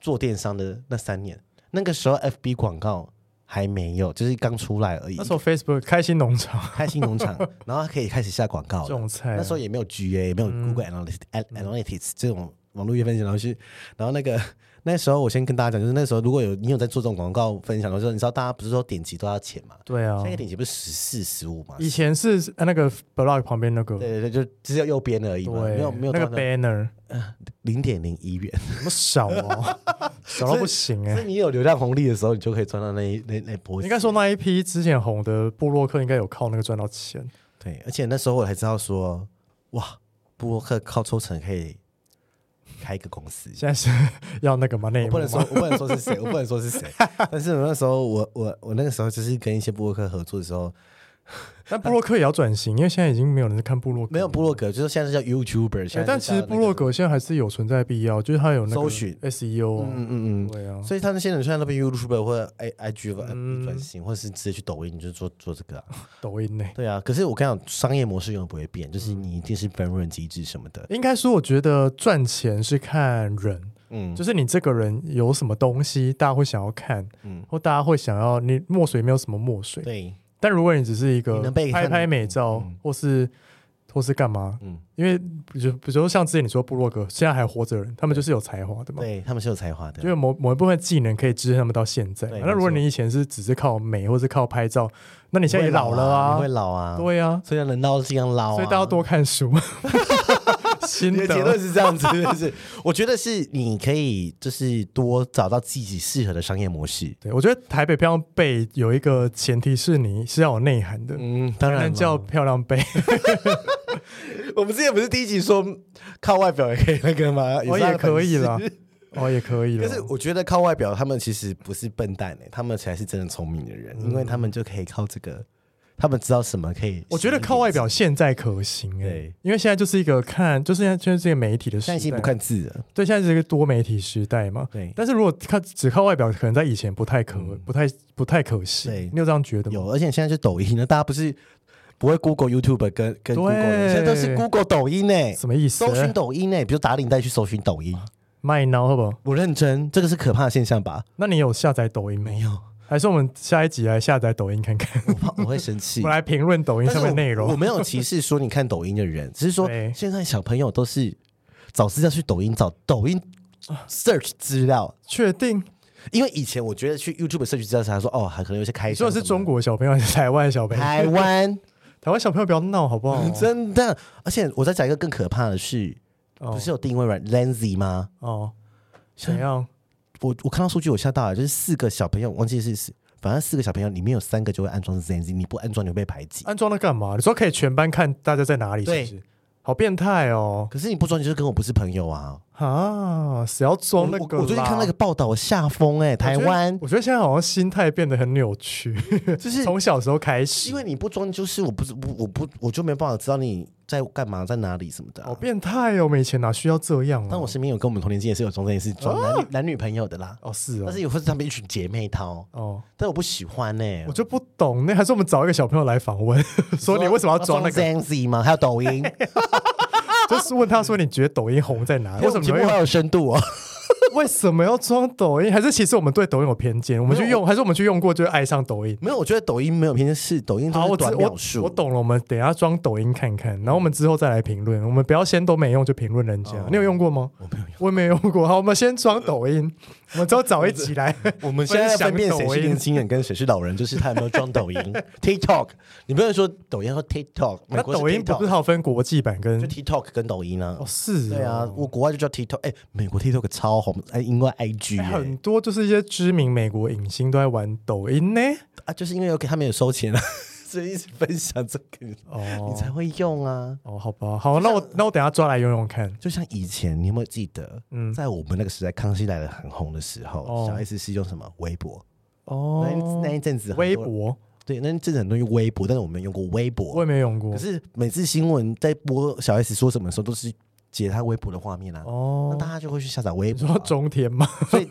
B: 做电商的那三年。那个时候 FB 广告还没有，就是刚出来而已
A: 那。时候 Facebook 开心农场
B: 开心 农场，然后可以开始下广告了。
A: 种菜啊，
B: 那时候也
A: 嗯
B: 没哎有 GA，也没有 Google Analytics、Analytics 这种网络月分析，然后去，然后那个那时候我先跟大家讲，就是那时候如果有你有在做这种广告分享的时候，你知道大家不是说点击都要钱嘛？
A: 对啊
B: 现在一个点击不是十四十五嘛？
A: 以前是呃那个 blog 旁边那个，
B: 对对对，就只有右边而已嘛，
A: 对，
B: 没有没有
A: 那
B: 到
A: 个 banner，
B: 零点零一元。
A: 怎么少 哦，少到不行 哎、
B: 所以你有流量红利的时候，你就可以赚到那一那那波。
A: 应该说那一批之前红的布洛克应该有靠那个赚到钱，
B: 对，而且那时候我还知道说，哇，布洛克靠抽成可以开一个公司。
A: 现在是 要那个吗？内
B: 我
A: 幕
B: 不能说，
A: 吗？
B: 我不能说是 谁，我不能说是谁。但是我那时候，我我我那个时候就是跟一些布洛克合作的时候，
A: 但布洛克也要转型，因为现在已经没有人看布洛克，
B: 没有布洛格，就是现在是叫 YouTuber，
A: 对。
B: 现在是
A: 啊但其实
B: 叫那个
A: 布洛，格现在还是有存在必要，就是它有那个
B: 搜寻
A: SEO 啊，
B: 嗯嗯嗯。
A: 对啊，
B: 所以他那些人现在都变 YouTuber 或者 I I G
A: 嗯
B: 转型，或者是直接去抖音就做做这个啊。
A: 抖音呢、
B: 对啊，可是我跟你讲，商业模式永远不会变，就是
A: 嗯
B: 你一定是分润机制什么的。
A: 应该说，我觉得赚钱是看人，
B: 嗯，
A: 就是你这个人有什么东西，大家会想要看，
B: 嗯
A: 或大家会想要你墨水没有什么墨水，
B: 对，
A: 但如果你只是一
B: 你
A: 个
B: 能被看
A: 拍
B: 的
A: 拍美照，
B: 嗯
A: 或是或是干嘛？
B: 嗯，
A: 因为比如比如说像之前你说部落格，现在还活着的人，他们就是有才华的嘛，
B: 对他们是有才华的，
A: 就是某某一部分技能可以支撑他们到现在嘛。
B: 对
A: 那如果
B: 没错
A: 你以前是只是靠美或是靠拍照，那你现在也老了
B: 你
A: 啊
B: 会，老啊，
A: 对啊，
B: 所以能捞尽量捞啊，
A: 所以大家多看书， 心
B: 哦你的结
A: 得
B: 论是这样子， 是不是？我觉得是你可以就是多找到自己适合的商业模式。
A: 对，我觉得台北漂亮背有一个前提是你是要有内涵的，
B: 嗯，当
A: 才
B: 然
A: 能
B: 了
A: 叫漂亮背。
B: 我们之前不是第一集说靠外表也可以那个 吗？
A: 哦
B: 是啊他
A: 也
B: 的
A: 可以
B: 本事
A: 啦。 哦，也可以了
B: 可。是我觉得靠外表，他们其实不是笨蛋哎、他们才是真的聪明的人，因为他们就可以靠这个，他们知道什么可以。
A: 我觉得靠外，表现在可行哎、
B: 对
A: 因为现在就是一个看，就是现在就是这个媒体的时
B: 现在
A: 代，
B: 已经不看字了。
A: 对，现在是一个多媒体时代嘛。
B: 对，
A: 但是如果看只靠外表，可能在以前不太可、
B: 嗯
A: 不太、不太可惜
B: 对。
A: 你有这样觉得吗？
B: 有，而且现在是抖音了，大家不是不会 Google YouTube 跟跟 Google，的
A: 对
B: 现在都是 Google 抖音哎、
A: 什么意思？
B: 搜寻抖音哎、比如打领带去搜寻抖音。
A: 卖孬好不好？
B: 我认真，这个是可怕的现象吧？
A: 那你有下载抖音没
B: 没有，
A: 还是我们下一集来下载抖音看看？
B: 我怕我会生气
A: 我们。来评论抖音
B: 但
A: 上
B: 是
A: 面
B: 我
A: 的内容
B: 我。没有歧视说你看抖音的人，只是说
A: 对
B: 现在小朋友都是早知道去抖音找抖音 search 资料，
A: 确定？
B: 因为以前我觉得去 YouTube search 资料查说哦，还可能有一些开
A: 你说
B: 箱什么
A: 的
B: 的。
A: 是中国小朋友还是台湾的小朋友？
B: 台湾、
A: 台湾小朋友不要闹好不 好？
B: 真的，而且我再讲一个更可怕的是，
A: 哦
B: 不是有啊定位软 Lenzy 吗？
A: 哦，怎样？
B: 我我看到数据我吓到了，就是四个小朋友，忘记是是，反正四个小朋友里面有三个就会安装 Lenzy，你不安装你会被排挤。
A: 安装了干嘛？你说可以全班看大家在哪里，是
B: 对
A: 不是？好变态哦！
B: 可是你不装，你就是跟我不是朋友啊！
A: 啊，谁要装那
B: 哦我
A: 个
B: 我我最近
A: 啦
B: 看那个报道，我吓疯哎！台湾
A: 我觉得我觉得现在好像心态变得很扭曲，
B: 就是
A: 从小时候开始，
B: 因为你不装，就是我不是不我不我就没办法知道你在干嘛，在哪里什么的啊、
A: 好变态哦！我们以前哪需要这样啊？
B: 但我身边有跟我们同年纪也是有装这件事，装男女、男女朋友的啦。
A: 哦是
B: 但
A: 哦
B: 是也会是他们一群姐妹淘，
A: 哦，
B: 但我不喜欢欸呢、
A: 我就不懂，那还 是我们找一个小朋友来访问， 说你为什么要装那 个？
B: Zanzi 吗？还有 抖音，
A: 就是问他说你觉得抖音红在哪？为什么
B: 节
A: 你会
B: 目
A: 用
B: 好有深度哦？
A: 为什么要装抖音？还是其实我们对抖音有偏见？我们去用，还是我们去用过就会爱上抖音？
B: 没有，我觉得抖音没有偏见，是抖音
A: 好，
B: 都
A: 我
B: 是
A: 知
B: 短
A: 我
B: 秒数。
A: 我懂了，我们等一下装抖音看看，然后我们之后再来评
B: 嗯
A: 论。我们不要先都没用就评论人家。你有用过吗？
B: 哦我没有用。
A: 我也没有用过。好，我们先装抖音，我们之后找一起来。
B: 我们现在分辨谁
A: 分享抖
B: 是
A: 音
B: 年轻人跟谁是老人，就是他有没有 装抖音 TikTok。你不能说抖音，说 TikTok，美
A: 那
B: 国是
A: 抖音不是
B: TikTok，
A: 还有分国际版跟
B: 就 TikTok 跟抖音啊
A: 哦？。是哦
B: 对啊，我国外就叫 TikTok，哎，美国 TikTok 超红，哎，因为 IG
A: 哎很
B: 哎
A: 多就是一些知名美国影星都在玩抖音呢。
B: 啊，就是因为有给他们有收钱啊， 所以一直分享这个，
A: 哦
B: 你才会用啊。
A: 哦，好吧，好，那我那我等一下抓来用用看。
B: 就像以前，你有没有记得？
A: 嗯
B: 在我们那个时代，康熙来了很红的时候，
A: 哦
B: 小 S 是用什么微博？那一
A: 哦
B: 那，一阵子很多
A: 微
B: 人，
A: 博
B: 对，那一阵子很多人用微博，但是我没有用过微
A: 我
B: 博
A: 也。没用过
B: 可。是每次新闻在播小 S 说什么的时候，都是截她微博的画面啊，那
A: 哦，
B: 大家就会去下载微
A: 你
B: 博
A: 说
B: 啊、
A: 中天吗？
B: 所以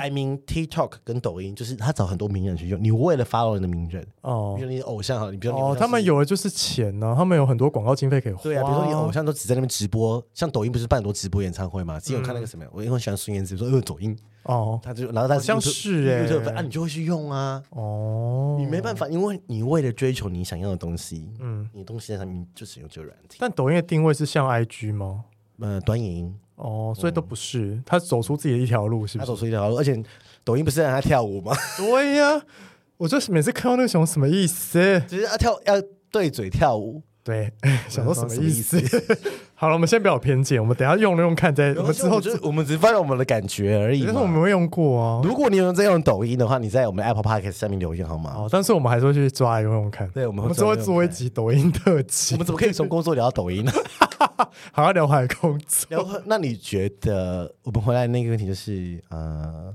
B: ，I mean TikTok 跟抖音，就是他找很多名人去用。你为了 follow 你的名人，
A: 哦
B: 比如你的偶像好了，你啊比如你偶
A: 哦，
B: 像
A: 他们
B: 是
A: 有的就是钱呢、他们有很多广告经费可以花。
B: 对啊，比如说你偶像都只在那边直播，像抖音不是办很多直播演唱会嘛？之前有看那个什么，我因为我喜欢孙燕姿，说呃抖音，
A: 哦
B: 他就然后他
A: 好像是欸
B: 啊你就会去用啊，
A: 哦，
B: 你没办法，因为你为了追求你想要的东西，
A: 嗯，
B: 你的东西在上面就使用这个软体，
A: 但抖音的定位是像 IG 吗？
B: 呃，短影音
A: 哦，所以都不是，他走出自己的一条路，是
B: 他
A: 不是？
B: 走出一条路，而且抖音不是让他跳舞吗？
A: 对呀、我就是每次看到那个熊什么意思？
B: 就是要跳要对嘴跳舞，
A: 对， 想说什么意思？
B: 我不知道什么意思？
A: 好了，我们先不要有偏见，我们等一下用了用看再，我
B: 我
A: 们
B: 们
A: 之
B: 之
A: 后
B: 后
A: 就
B: 就是我们只发表我们的感觉而已
A: 但
B: 嘛。
A: 是我们没用过啊。
B: 如果你有在用抖音的话，你在我们的 Apple Podcast 下面留言好吗？
A: 哦，但是我们还是会去抓用用看。
B: 对我们
A: 我
B: 会
A: 们之后会
B: 抓用
A: 做一
B: 看
A: 集抖音特辑
B: 我，们怎么可以从工作聊到 抖音呢？
A: 还要聊海工作。
B: 然后，那你觉得我们回来那个问题就是呃，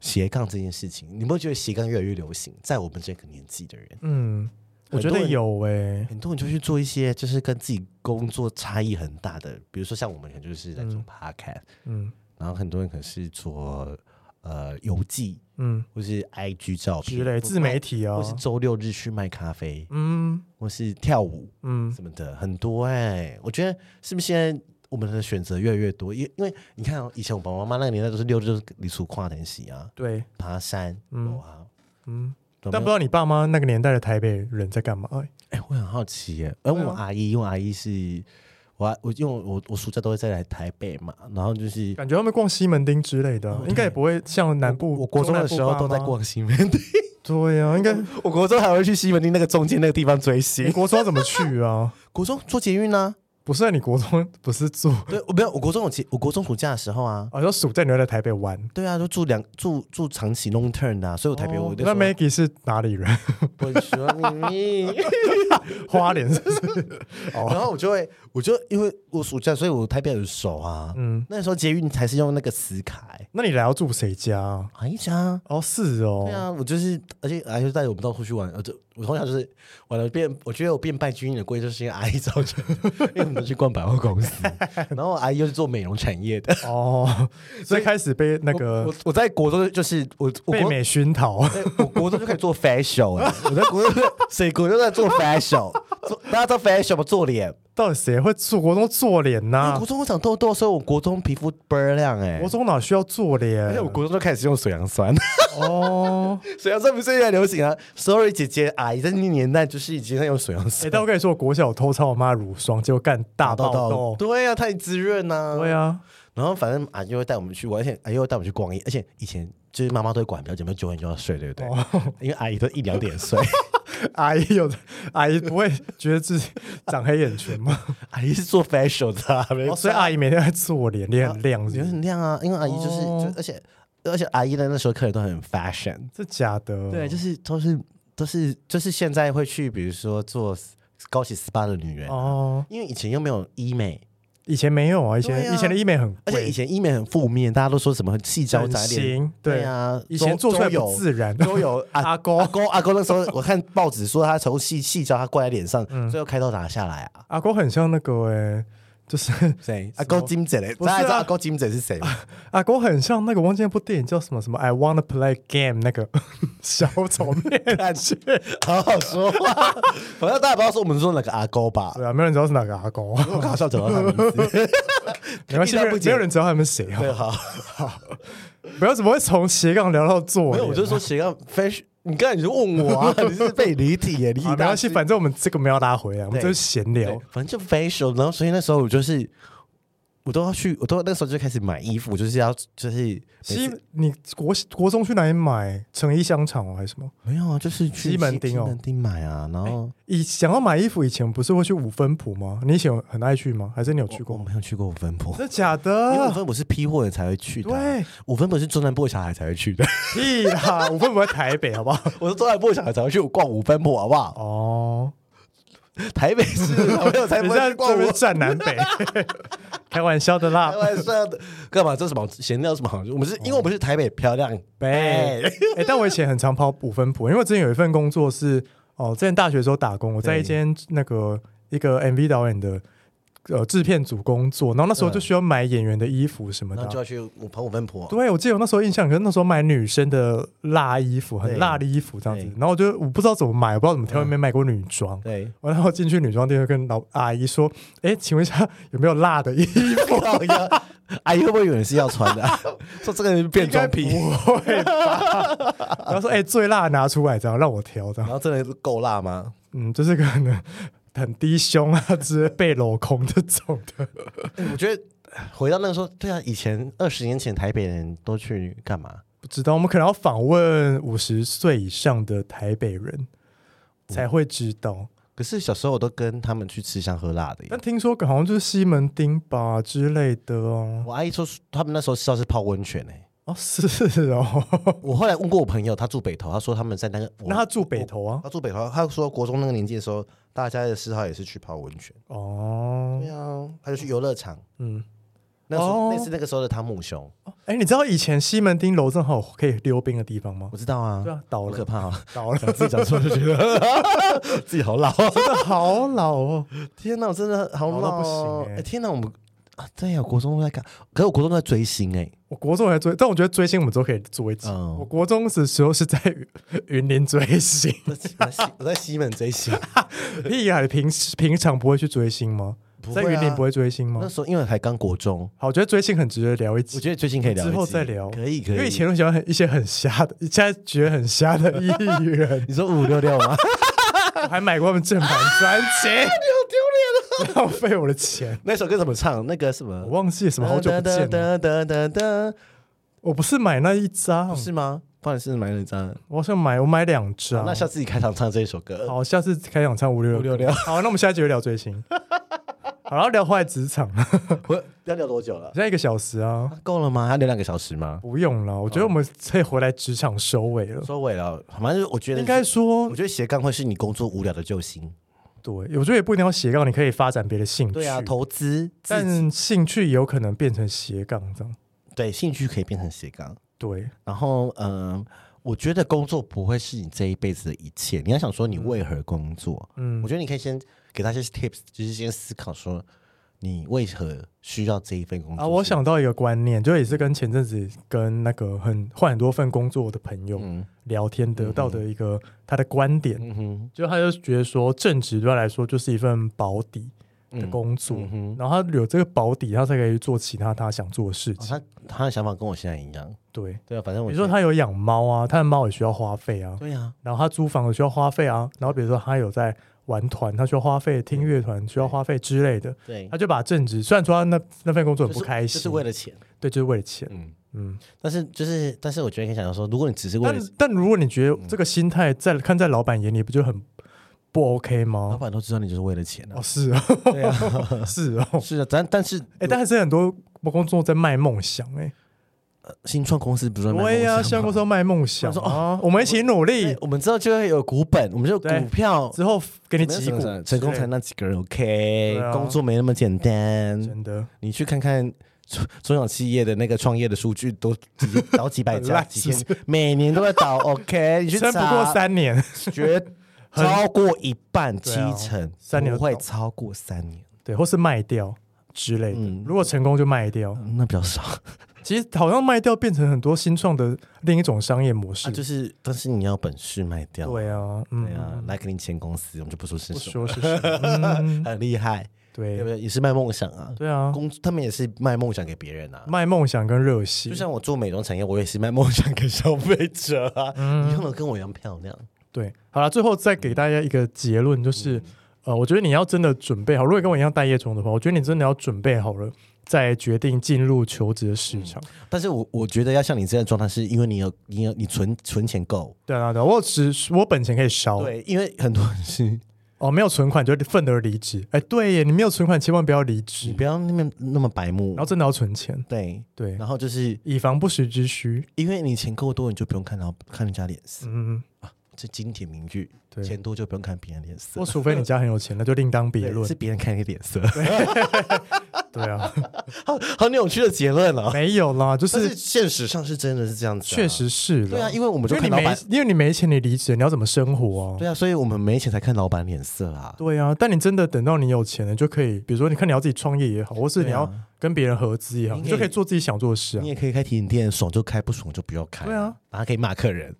B: 斜杠这件事情，你有没有觉得斜杠越来越流行？在我们这个年纪的人，
A: 嗯，我觉
B: 很多
A: 得
B: 人
A: 有欸诶、
B: 很多人就去做一些就是跟自己工作差异很大的，比如说像我们可能就是在做 podcast，
A: 嗯
B: 然后很多人可能是做呃邮寄
A: 嗯
B: 或是 IG 照片
A: 之类
B: 或
A: 自媒体啊
B: 或，是周六日去卖咖啡，
A: 嗯
B: 或是跳舞
A: 嗯
B: 什么的，很多哎、我觉得是不是现在我们的选择越来越多？因因为你看、哦，以前我爸爸妈妈那个年代都是六日就是离出跨年喜啊，
A: 对
B: 爬山，啊
A: 嗯
B: 哇，
A: 嗯，
B: 有没有
A: 但不知道你爸妈那个年代的台北人在干嘛、欸？
B: 哎、我很好奇耶，而我阿姨，因为我阿姨是我我因为我我暑假都会再来台北嘛，然后就是
A: 感觉他们逛西门町之类的，应该也不会像南部。
B: 哦我国中的时候都在
A: 逛。
B: 逛西门町，
A: 对呀、啊，应该
B: 我国中还会去西门町那个中间那个地方追
A: 你
B: 星，
A: 国中要怎么去啊？
B: 国中做捷运呢、
A: 不是、啊、你国中不是住，
B: 啊？对，我没有，我国中有捷，我国中暑假的时候啊。
A: 好像暑假你要在台北玩。
B: 对啊，就住两住住长期 long term 的、啊，所以我台北、
A: 哦
B: 我
A: 那 Maggie 是哪里人？
B: 我说你，
A: 花莲 是不是？哦
B: 然后我就会，我就因为我暑假，所以我台北很熟啊。
A: 嗯，
B: 那时候捷运才是用那个磁卡、欸，
A: 那你来要住谁家啊？
B: 哎呀，
A: 哦，是哦，
B: 对啊，我就是，而且阿姨就带我们到处去玩，呃，这我从小就是玩了变，我觉得我变拜军人的贵就是因为阿姨造成的， 因为我们都去逛百货公司，然后阿姨又是做美容产业的，
A: 哦，所以开始被那个
B: 我我在国中就是我我
A: 被
B: 国
A: 美熏陶，
B: 对我国中就可以做 facial，欸、我在国中谁国中在做 facial，做大家知道 facial 吗？做脸，
A: 到底谁会做国中做脸
B: 因为
A: 呐、
B: 国中我长痘痘，所以我国中皮肤倍儿亮哎、
A: 啊国中哪需要做
B: 而
A: 脸
B: 哎且？我国中就开始用水杨酸，
A: 哦，
B: 水杨酸不是现在流行啊？Sorry，姐姐阿姨在那年代就是已经在用水 杨
A: 哎、
B: 酸，
A: 但我跟你说，我国小我偷抄我妈乳霜，结果干大爆痘。
B: 对啊，太滋润呐、
A: 对啊，
B: 然后反正阿姨会带我们去玩，而且阿姨会带我们去逛夜，而且以前就是妈妈都会管表姐妹九点就要睡，对不对？
A: 哦
B: 因为阿姨都一两点 睡，
A: 阿姨有阿姨不会觉得自己长黑眼圈吗？
B: 阿姨是做 facial 的、啊，没
A: 哦，所以
B: 差
A: 阿姨每天在做脸，脸很亮是
B: 脸
A: 不是，
B: 很亮啊，因为阿姨就是，
A: 哦
B: 就而且而且阿姨的那时候客人都很 fashion，
A: 这假的。哦
B: 对，就是都是都是就是现在会去，比如说做高级 SPA 的女人，
A: 哦，
B: 因为以前又没有医美，
A: 以前没有啊，以前、
B: 对啊
A: 以前的医美很贵，
B: 而且以前医美很负面，大家都说什么细胶
A: 整
B: 窄脸，
A: 形
B: 对
A: 对，
B: 啊，
A: 以前做出来
B: 有
A: 不自然。
B: 都有阿
A: 阿公
B: 阿公阿公那时候，我看报纸说他从细细胶他挂在脸上，
A: 嗯
B: 最后开刀拿下来啊。
A: 阿公很像那个哎、就是
B: 谁？阿公金姐嘞？
A: 不是啊
B: 大家知道阿公金姐是 谁吗？
A: 阿公很像那个，忘记那部电影叫什么什么，I wanna play game 那个小丑面 具，
B: 好好说 话，反正大家不要说我们说哪个阿公吧。
A: 对啊，没有人知道是哪个阿公，啊
B: 我搞笑找到他的名字，
A: 没关系，没有
B: 肯定他不
A: 人
B: 解
A: 没有人知道他们谁啊，
B: 对，好。
A: 不要怎么会从斜杠聊到做
B: 没
A: 脸啊？
B: 有，我就说斜杠 fashion。你刚才你就问我 啊，你是被离体耶，离体
A: 啊，没
B: 大
A: 关
B: 师
A: 系，反正我们这个没有拉回啊来，我们就
B: 对
A: 是闲聊
B: 对。反正就 facial。然后所以那时候我就是，我都要去，我都那时候就开始买衣服，就是要就是每次
A: 西，你国国中去哪里买？成衣商场哦，还是什么？
B: 没有啊，就是去
A: 西门町哦
B: 西门町买啊。然后
A: 以想要买衣服以前不是会去五分铺吗？你以前有很爱去吗？还是你有去
B: 我
A: 过？
B: 没有去过五分埔
A: 真，的假
B: 哦 因为五
A: 的？
B: 分埔是批货人才会去的啊，
A: 对，
B: 五分埔是中南部的小孩才会去的。
A: 屁啦！五分铺在台北，好不好？
B: 我是中南部的小孩才会去逛五分埔，好不好？
A: 哦，
B: 台北 市的小朋友 才
A: 你
B: 不会
A: 在
B: 去逛
A: 这
B: 五
A: 边站南 北， 开玩笑的啦
B: 开。玩笑的，啊干嘛？这什么闲聊什么好？我们是因为我们是台北漂亮
A: 北
B: 北，
A: 哎、但我以前很常跑五分铺，因为我之前有一份工作是哦，之前大学的时候打工，我在一间那个一个 MV 导演的呃制片组工作，然后那时候就需要买演员的衣服什么的
B: 然后就
A: 啊。
B: 要去我跑五分埔。
A: 对，我记得我那时候印象，可是那时候买女生的辣衣服，很
B: 对
A: 辣的衣服这样子
B: 对。嗯
A: 然后我就我不知道怎么买，我不知道怎么挑，因为没买过女装。
B: 对，
A: 然后进去女装店，就跟老阿姨说：“哎，请问一下有没有辣的衣服
B: 靠腰阿姨会不会有人是要穿 的啊？说这个人？”变装
A: 应
B: 癖，
A: 该不会吧 然后说：“哎，最辣的拿出来，这样让我挑。”这样
B: 然，后真的是够辣吗？
A: 嗯，就是 可能很低胸啊，直接被镂空这种的。
B: 我觉得回到那个时候，对啊，以前二十年前台北人都去干嘛？
A: 不知道，我们可能要访问五十岁以上的台北人
B: 哦
A: 才会知道。
B: 可是小时候我都跟他们去吃香喝辣的耶
A: 但。听说好像就是西门町吧之类的哦。
B: 我阿姨说他们那时候知道是泡温泉诶、
A: 哦，是哦。
B: 我后来问过我朋友，他住北投，他说他们在那个我
A: 那他住北头啊？
B: 他住北投，他说国中那个年纪的时候，大家的嗜好也是去泡温泉。
A: 哦
B: 对，啊，他就去游乐场。
A: 嗯。
B: 那时候、
A: 哦
B: 那是那个时候的汤姆熊，
A: 哎，你知道以前西门町楼正好有可以溜冰的地方 吗
B: 我？知道啊，
A: 对啊，倒
B: 好可
A: 了，
B: 怕啊！
A: 倒了，
B: 自己讲错就觉 得自己好老。
A: 真的好老哦。
B: 天哪，我真的好
A: 老到
B: 老
A: 不行
B: 哦
A: 欸
B: 哎天哪，我们啊，对呀，国中都在干，可是我国中都在追星哎、
A: 我国中还追，但我觉得追星我们都可以做一集。
B: 嗯
A: 我国中的时候是在 云云林追星，
B: 我在西我在西门追星。
A: 屁啊！你平时平常不会去追星吗？
B: 不会
A: 在
B: 啊
A: 云林不会追星吗
B: 那？时候因为才刚国中，
A: 好，我觉得追星很值得聊一
B: 我
A: 集，
B: 觉得最近可以聊一集，
A: 之后再聊
B: 可以可以。，
A: 因为以前我喜欢很一些很瞎的，现在觉得很瞎的艺人
B: 你说五五六六吗？
A: 我还买过他们正版专 辑，
B: 啊
A: 浪费我的钱，
B: 那首歌怎么唱？那个什么
A: 我？忘记什么好久不见了。
B: 哒哒哒哒哒
A: 我不是买那一张，
B: 是吗？不然是买了一张。
A: 我好像买我买两张。
B: 那下次你开场唱这一首歌。
A: 好，下次开场唱五六
B: 566
A: 好，那我们下一集就聊追 星。好，然后聊回来职场，
B: 我要聊多久了？
A: 现在一个小时啊，
B: 够了吗？还要聊两个小时吗？
A: 不用了，我
B: 哦
A: 觉得我们可以回来职场收尾了。
B: 收尾了，反正我觉得
A: 应该，说
B: 我，觉得斜杠会是你工作无聊的救星。
A: 对，我觉得也不一定要斜杠，你可以发展别的兴趣。
B: 对啊，投资，自己
A: 但兴趣也有可能变成斜杠这样。
B: 对兴趣可以变成斜杠。
A: 对，
B: 然后，嗯、我觉得工作不会是你这一辈子的一切。你要想说你为何工作，
A: 嗯
B: 我，觉得你可以先给他一些 tips，就是先思考说你为何需要这一份工作
A: 啊，我，想到一个观念，就也
B: 嗯
A: 是跟前阵子跟那个很换很多份工作的朋友
B: 嗯
A: 聊天得到的一个他的观点，
B: 嗯哼，
A: 就他就觉得说，正职对他来说就是一份保底的
B: 嗯
A: 工作，
B: 嗯哼
A: 然后他有这个保底，他才可以做其他他想做的事
B: 哦
A: 情。
B: 他他的想法跟我现在一样，
A: 对，
B: 对啊，反正
A: 比
B: 我
A: 如说
B: 现在
A: 他有养猫啊，他的猫也需要花费啊，
B: 对啊，
A: 然后他租房也需要花费啊，然后比如说他有在玩团，他需要花费，听乐团需要花费之类的，
B: 对，
A: 他就把正职，虽然说他那那份工作很
B: 就是
A: 不开心，
B: 就是为了钱，
A: 对，就是为了钱，
B: 嗯，
A: 嗯。
B: 但是就是但是我觉得可以想到说，如果你只是为了
A: 但但如果你觉得这个心态在看在老板眼里，不就很不 OK
B: 老
A: 吗？
B: 板都知道你就是为了钱
A: 哦，
B: 啊，
A: 是啊，
B: 对啊，
A: 是啊，
B: 是啊，但但是
A: 哎，但还是很多工作在卖梦想哎，
B: 新创公司不是在卖
A: 对呀，
B: 梦想
A: 像
B: 吗
A: 公司要卖梦想
B: 他说
A: 啊，我们一起努
B: 对
A: 力，
B: 我们之后就会有股本，我们就有
A: 对
B: 股票。
A: 之后给你几
B: 什
A: 股
B: 么什么成功才那几个人，OK，、
A: 对啊
B: 工作没那么简单。
A: 真的
B: 你去看看中中小企业的那个创业的数据，都几倒几百
A: 很
B: 家，
A: 烂
B: 几
A: 是
B: 千，每年都在倒。OK，你 去
A: 撑不过
B: 查，
A: 三年，
B: 绝
A: 很
B: 超过一半，七
A: 对啊
B: 成，
A: 三年
B: 不
A: 就
B: 会
A: 倒
B: 超过三年，
A: 对，或是卖掉之类的
B: 嗯。
A: 如果成功就卖掉，
B: 嗯那比较少。
A: 其实好像卖掉变成很多新创的另一种商业模式
B: 啊，。就是，但是你要本事卖掉。
A: 对啊，
B: 对啊
A: 嗯，，
B: 来给你签公司，我们就不说是
A: 不
B: 什么，
A: 说是什 么，嗯
B: 很厉害，对不
A: 对
B: 对？也是卖梦想啊，
A: 对啊，
B: 工他们也是卖梦想给别人啊。
A: 卖梦想跟热血
B: 就，像我做美妆产业，我也是卖梦想给消费者啊。
A: 嗯
B: 你用的跟我一样漂亮，
A: 对，好了，最后再给大家一个结论，就是、
B: 嗯
A: 呃，我觉得你要真的准备好，如果跟我一样待业中的话，我觉得你真的要准备好了，再决定进入求职的
B: 嗯
A: 市场。
B: 但是我我觉得要像你这样的状态，是因为你有你有你存存钱够，
A: 对啊，对啊，我只我本钱可以烧，
B: 对，因为很多人是
A: 哦，没有存款就愤而离职。哎，对耶，你没有存款千万不要离
B: 你
A: 职，
B: 不要那么那么白目
A: 然，后真的要存钱，
B: 对，
A: 对，
B: 然后就是
A: 以防不时之需。
B: 因为你钱够多，你就不用看到看人家脸色，
A: 嗯，
B: 这经典名句，
A: 对
B: 钱多就不用看别人脸色
A: 或，除非你家很有钱，那就另当别
B: 对
A: 论
B: 是。别人看你脸色，
A: 对啊，
B: 好 好扭曲的结论哦。
A: 没有 啦，就
B: 但是
A: 是
B: 现实上是真的是这样子、
A: 确，实是
B: 对
A: 的。
B: 啊，因为我们就
A: 因为
B: 看
A: 你
B: 老
A: 没
B: 板，，
A: 因为你没钱，你离职，你要怎么生活啊？
B: 对啊，所以我们没钱才看老板脸色啊。
A: 对啊，但你真的等到你有钱了，就可以，比如说，你看你要自己创业也好，或是你
B: 对啊
A: 要跟别人合资也好，
B: 你
A: 你
B: 可以
A: 就可以做自己想做的事啊
B: 你。也可以开体验店，爽就开，不爽就不要开。
A: 对啊，
B: 然后可以骂客 人，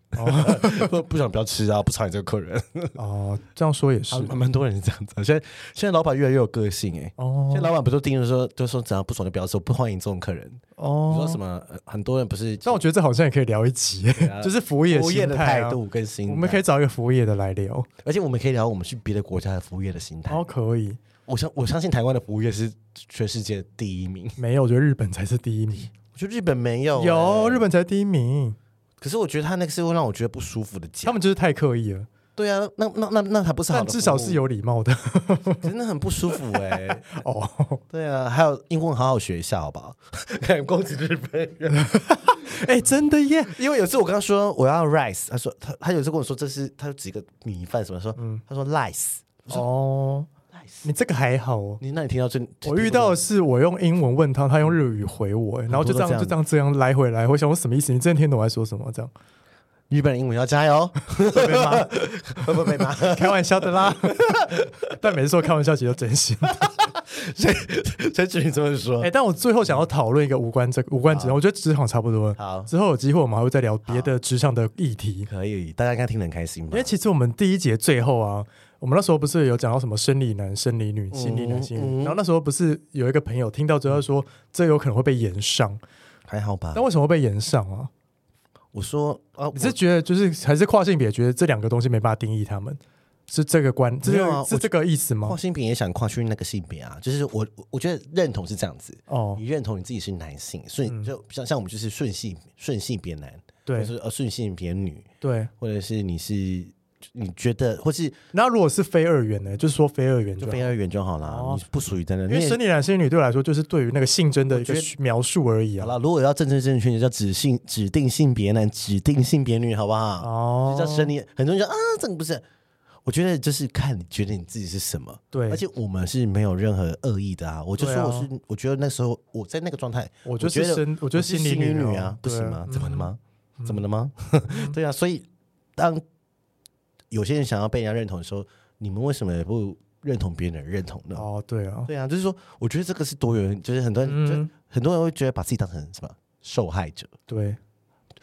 B: 不不想不要吃啊，不吵你这个客人。
A: 哦，这样说也是
B: 还蛮蛮多 人是这样子啊。现在现在老板越来越有个性哎、
A: 哦
B: 现在老板不就定义说，就说只要不爽就不要吃，我不欢迎这种客人。你说
A: 哦。
B: 什么？呃很多人不是
A: 但我觉得这好像也可以聊一集，
B: 啊
A: 就是服务业
B: 服务业
A: 心
B: 的
A: 态
B: 态
A: 啊。
B: 度跟心态，
A: 我们可以，找一个服务业的来聊，
B: 而且我们可以聊我们去别的国家的服务业的心态。
A: 哦，可以。
B: 我相我相信台湾的服务业是全世界第一名。
A: 没有，我觉得日本才是第一名。
B: 我觉得日本没有、
A: 有，
B: 欸
A: 日，本才第一名，
B: 可是我觉得他那个是会让我觉得不舒服的家
A: 他。们就是太刻意了，
B: 对啊，那那那那还不是好
A: 但
B: 的，
A: 至少是，有礼貌的。
B: 真的很不舒服哎、
A: 哦，
B: 对啊，还有英文好好学一下，好不 好？恭喜日本人。
A: 哎、真的耶！
B: 因为有次我跟他说我要 rice，他说他他有次跟我说这是他有几个米饭什么，说、
A: 嗯
B: 他说 rice，
A: 哦，你这个还好哦。
B: 你那你听到最
A: 我遇到的是我用英文问他，他用日语回我，哎然后就这样
B: 很多
A: 就
B: 都这
A: 这样这样来回来回，我想我什么意思？你真的听懂我在说什么？这 样
B: 日本人英文要加油，
A: 会被骂
B: 会不会被骂？
A: 开玩笑的啦。但每次说开玩笑，其实都真心。
B: 谁谁指你这么说？
A: 哎、但我最后想要讨论一个无关这个无关职场，我觉得职场差不多了。
B: 好
A: 之后有机会我们还会再聊别的职场的议题。
B: 可以，大家应该听得很开心吧
A: 因为？其实我们第一节最后啊，我们那时候不是有讲到什么生理男、生理
B: 嗯
A: 女、心理男、心理女，然后那时候不是有一个朋友听到之后说，这有可能会被延上。
B: 还好吧
A: 那？为什么会被延上啊？
B: 嗯我说啊，
A: 你
B: 我
A: 是觉得就是还是跨性别，觉得这两个东西没办法定义他们，是这个观，这
B: 没有啊
A: 个
B: 我
A: 是这个意思
B: 跨
A: 吗？
B: 性别也想跨去那个性别啊，就是我我我觉得认同是这样子，
A: 哦
B: 你，认同你自己是男性，所
A: 嗯
B: 以就像像我们就是顺性顺性别男，或
A: 对
B: 是呃顺性别女，
A: 对。
B: 或者是你是你觉得或是
A: 那如果是非二元呢？就是说非二元
B: 就
A: 就好
B: 非二元就好啦，
A: 哦
B: 你不属于真的。
A: 因为生
B: 你
A: 理男、生理女对我来说，就是对于那个性征的一个
B: 我觉
A: 描述而已
B: 也好
A: 啊。
B: 啦，如果要正正正确，就叫指性指定性别男、指定性别女，好不好？
A: 哦
B: 就，叫生理。很多人说啊，这个不是。我觉得就是看你觉得你自己是什么，
A: 对
B: 而且我们是没有任何恶意的啊。我就
A: 对
B: 说
A: 啊
B: 我是，我觉得那时候我在那个状态，
A: 我
B: 觉
A: 就是
B: 得
A: 生，我
B: 我
A: 觉得
B: 是
A: 心理
B: 女
A: 女
B: 啊，不行吗？怎
A: 对啊
B: 么了？
A: 嗯
B: 吗？怎么了吗？ 对啊，所以当有些人想要被人家认同的时候，你们为什么也不认同别人的认同呢
A: 嗯？哦，对啊，
B: 对啊，就是说，我觉得这个是多元，就是很多人，就
A: 嗯，
B: 很多人会觉得把自己当成什么受害者，
A: 对，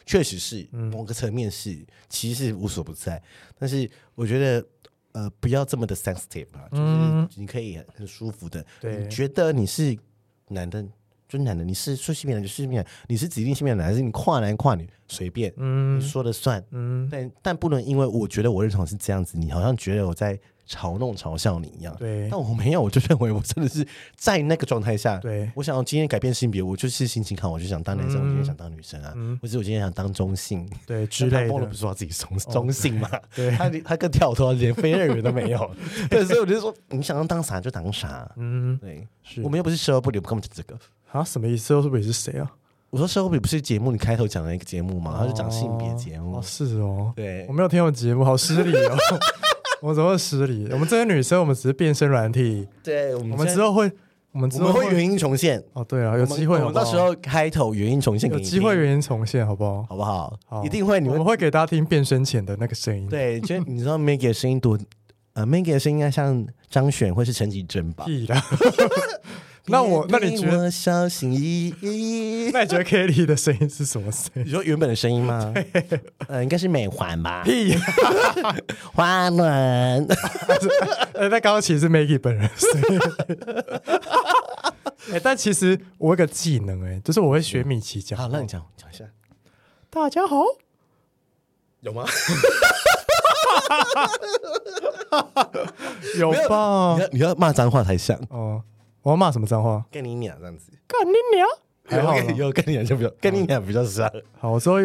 B: 确实是
A: 嗯
B: 某个层面是，其实是无所不在。但是我觉得，呃，不要这么的 sensitive 啊，
A: 嗯
B: 就是你可以很很舒服的，
A: 对
B: 你觉得你是男的。就是男的，你是说性别男就是性别男，你是指定性别男还是你跨男跨女随便，
A: 嗯
B: 你说了算。
A: 嗯，
B: 但但不能因为我觉得我认同是这样子，你好像觉得我在嘲弄嘲笑你一样。
A: 对
B: 但我没有，我就认为我真的是在那个状态下，
A: 对，
B: 我想要今天改变性别，我就是心情好，我就想当男
A: 嗯
B: 生，我今天想当女生啊，
A: 嗯
B: 或者我今天想当中性
A: 对 之类
B: 疯了
A: 的，
B: 不
A: 哦
B: 是说他自己中中性嘛？
A: 对
B: 他他更跳脱，连非二元都没 有。对，所以我就说，你想要当啥就当啥。
A: 嗯，
B: 对，
A: 是
B: 我们又不是社会部，你根本就这个。
A: 啊，什么意思？是不是也是谁啊？
B: 我说社会部不是节目，你开头讲的一个节目嘛，他就讲性别节目
A: 哦，。是哦，
B: 嗯对
A: 我，没有听过节目，好失礼哦， 我怎么会失礼？我们这些女生，我们只是变身软体，
B: 对，我
A: 我
B: 们
A: 们
B: 之
A: 之
B: 后
A: 后会，我们
B: 我
A: 之
B: 们
A: 后
B: 会原音重现，
A: 哦，对啊，有
B: 我们
A: 机会好
B: 我们
A: 不好，
B: 到时候开头原音重现给
A: 有
B: 你
A: 机会
B: 听，
A: 原因重现，好不好？
B: 好不好？一定会，你
A: 我
B: 会
A: 们会给大家听变声前的那个声音，
B: 对，就你知道 Maggie 的声音多，呃，Maggie 的声音应该像张悬或是陈绮贞吧？
A: 屁 啦。那我，那你觉
B: 别
A: 得，
B: 对我小心翼翼？
A: 那你觉得 Kelly 的声音是什么声 音？
B: 你说原本的声 音吗？呃，应该是美环吧，
A: 屁啦！
B: 花轮。
A: 呃，那刚刚其实是 Maggie 本人的声 音。哎、但其实我有个技能、哎，就是我会学米奇讲。
B: 好，那你讲讲一下，
A: 大家好，
B: 有吗？
A: 有吧
B: 你？要你要骂脏话才像，
A: 哦，我要骂什么脏话？
B: 跟你娘这样子，
A: 干你娘！还好
B: 有
A: 啦
B: 有跟你娘就比较，跟你娘比较像。
A: 好，我之后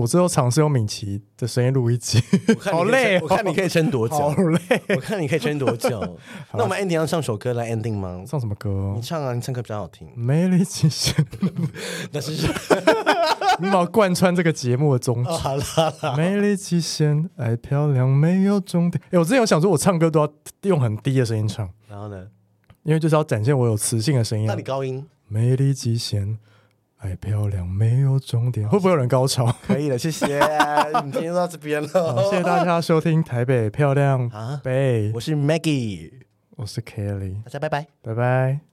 A: 我之后尝试用米奇的声音录一集，好累、哦，
B: 我看你可以撑多
A: 好
B: 久？
A: 累。
B: 我看你可以撑多 久？那我们 ending 要唱首歌来 ending 吗？
A: 唱什么歌、哦？
B: 你唱啊，你唱歌比较好 听。
A: 美丽精神，
B: 但 是
A: 你把我贯穿这个节目的宗 旨。
B: 好啦，
A: 美丽极限，爱漂亮没有终点。哎、我之前有想说，我唱歌都要用很低的声音唱，
B: 然后呢？
A: 因为就是要展现我有磁性的声音啊、
B: 那你高音
A: 美丽极限，爱漂亮没有终点。会不会有人高潮？
B: 可以了，谢 谢。你今天就到这边
A: 好
B: 了，
A: 谢谢大家收听台北漂亮
B: 啊
A: 北，
B: 哦我是 Maggie，
A: 我是 Kelly，
B: 大家拜拜。
A: 拜拜。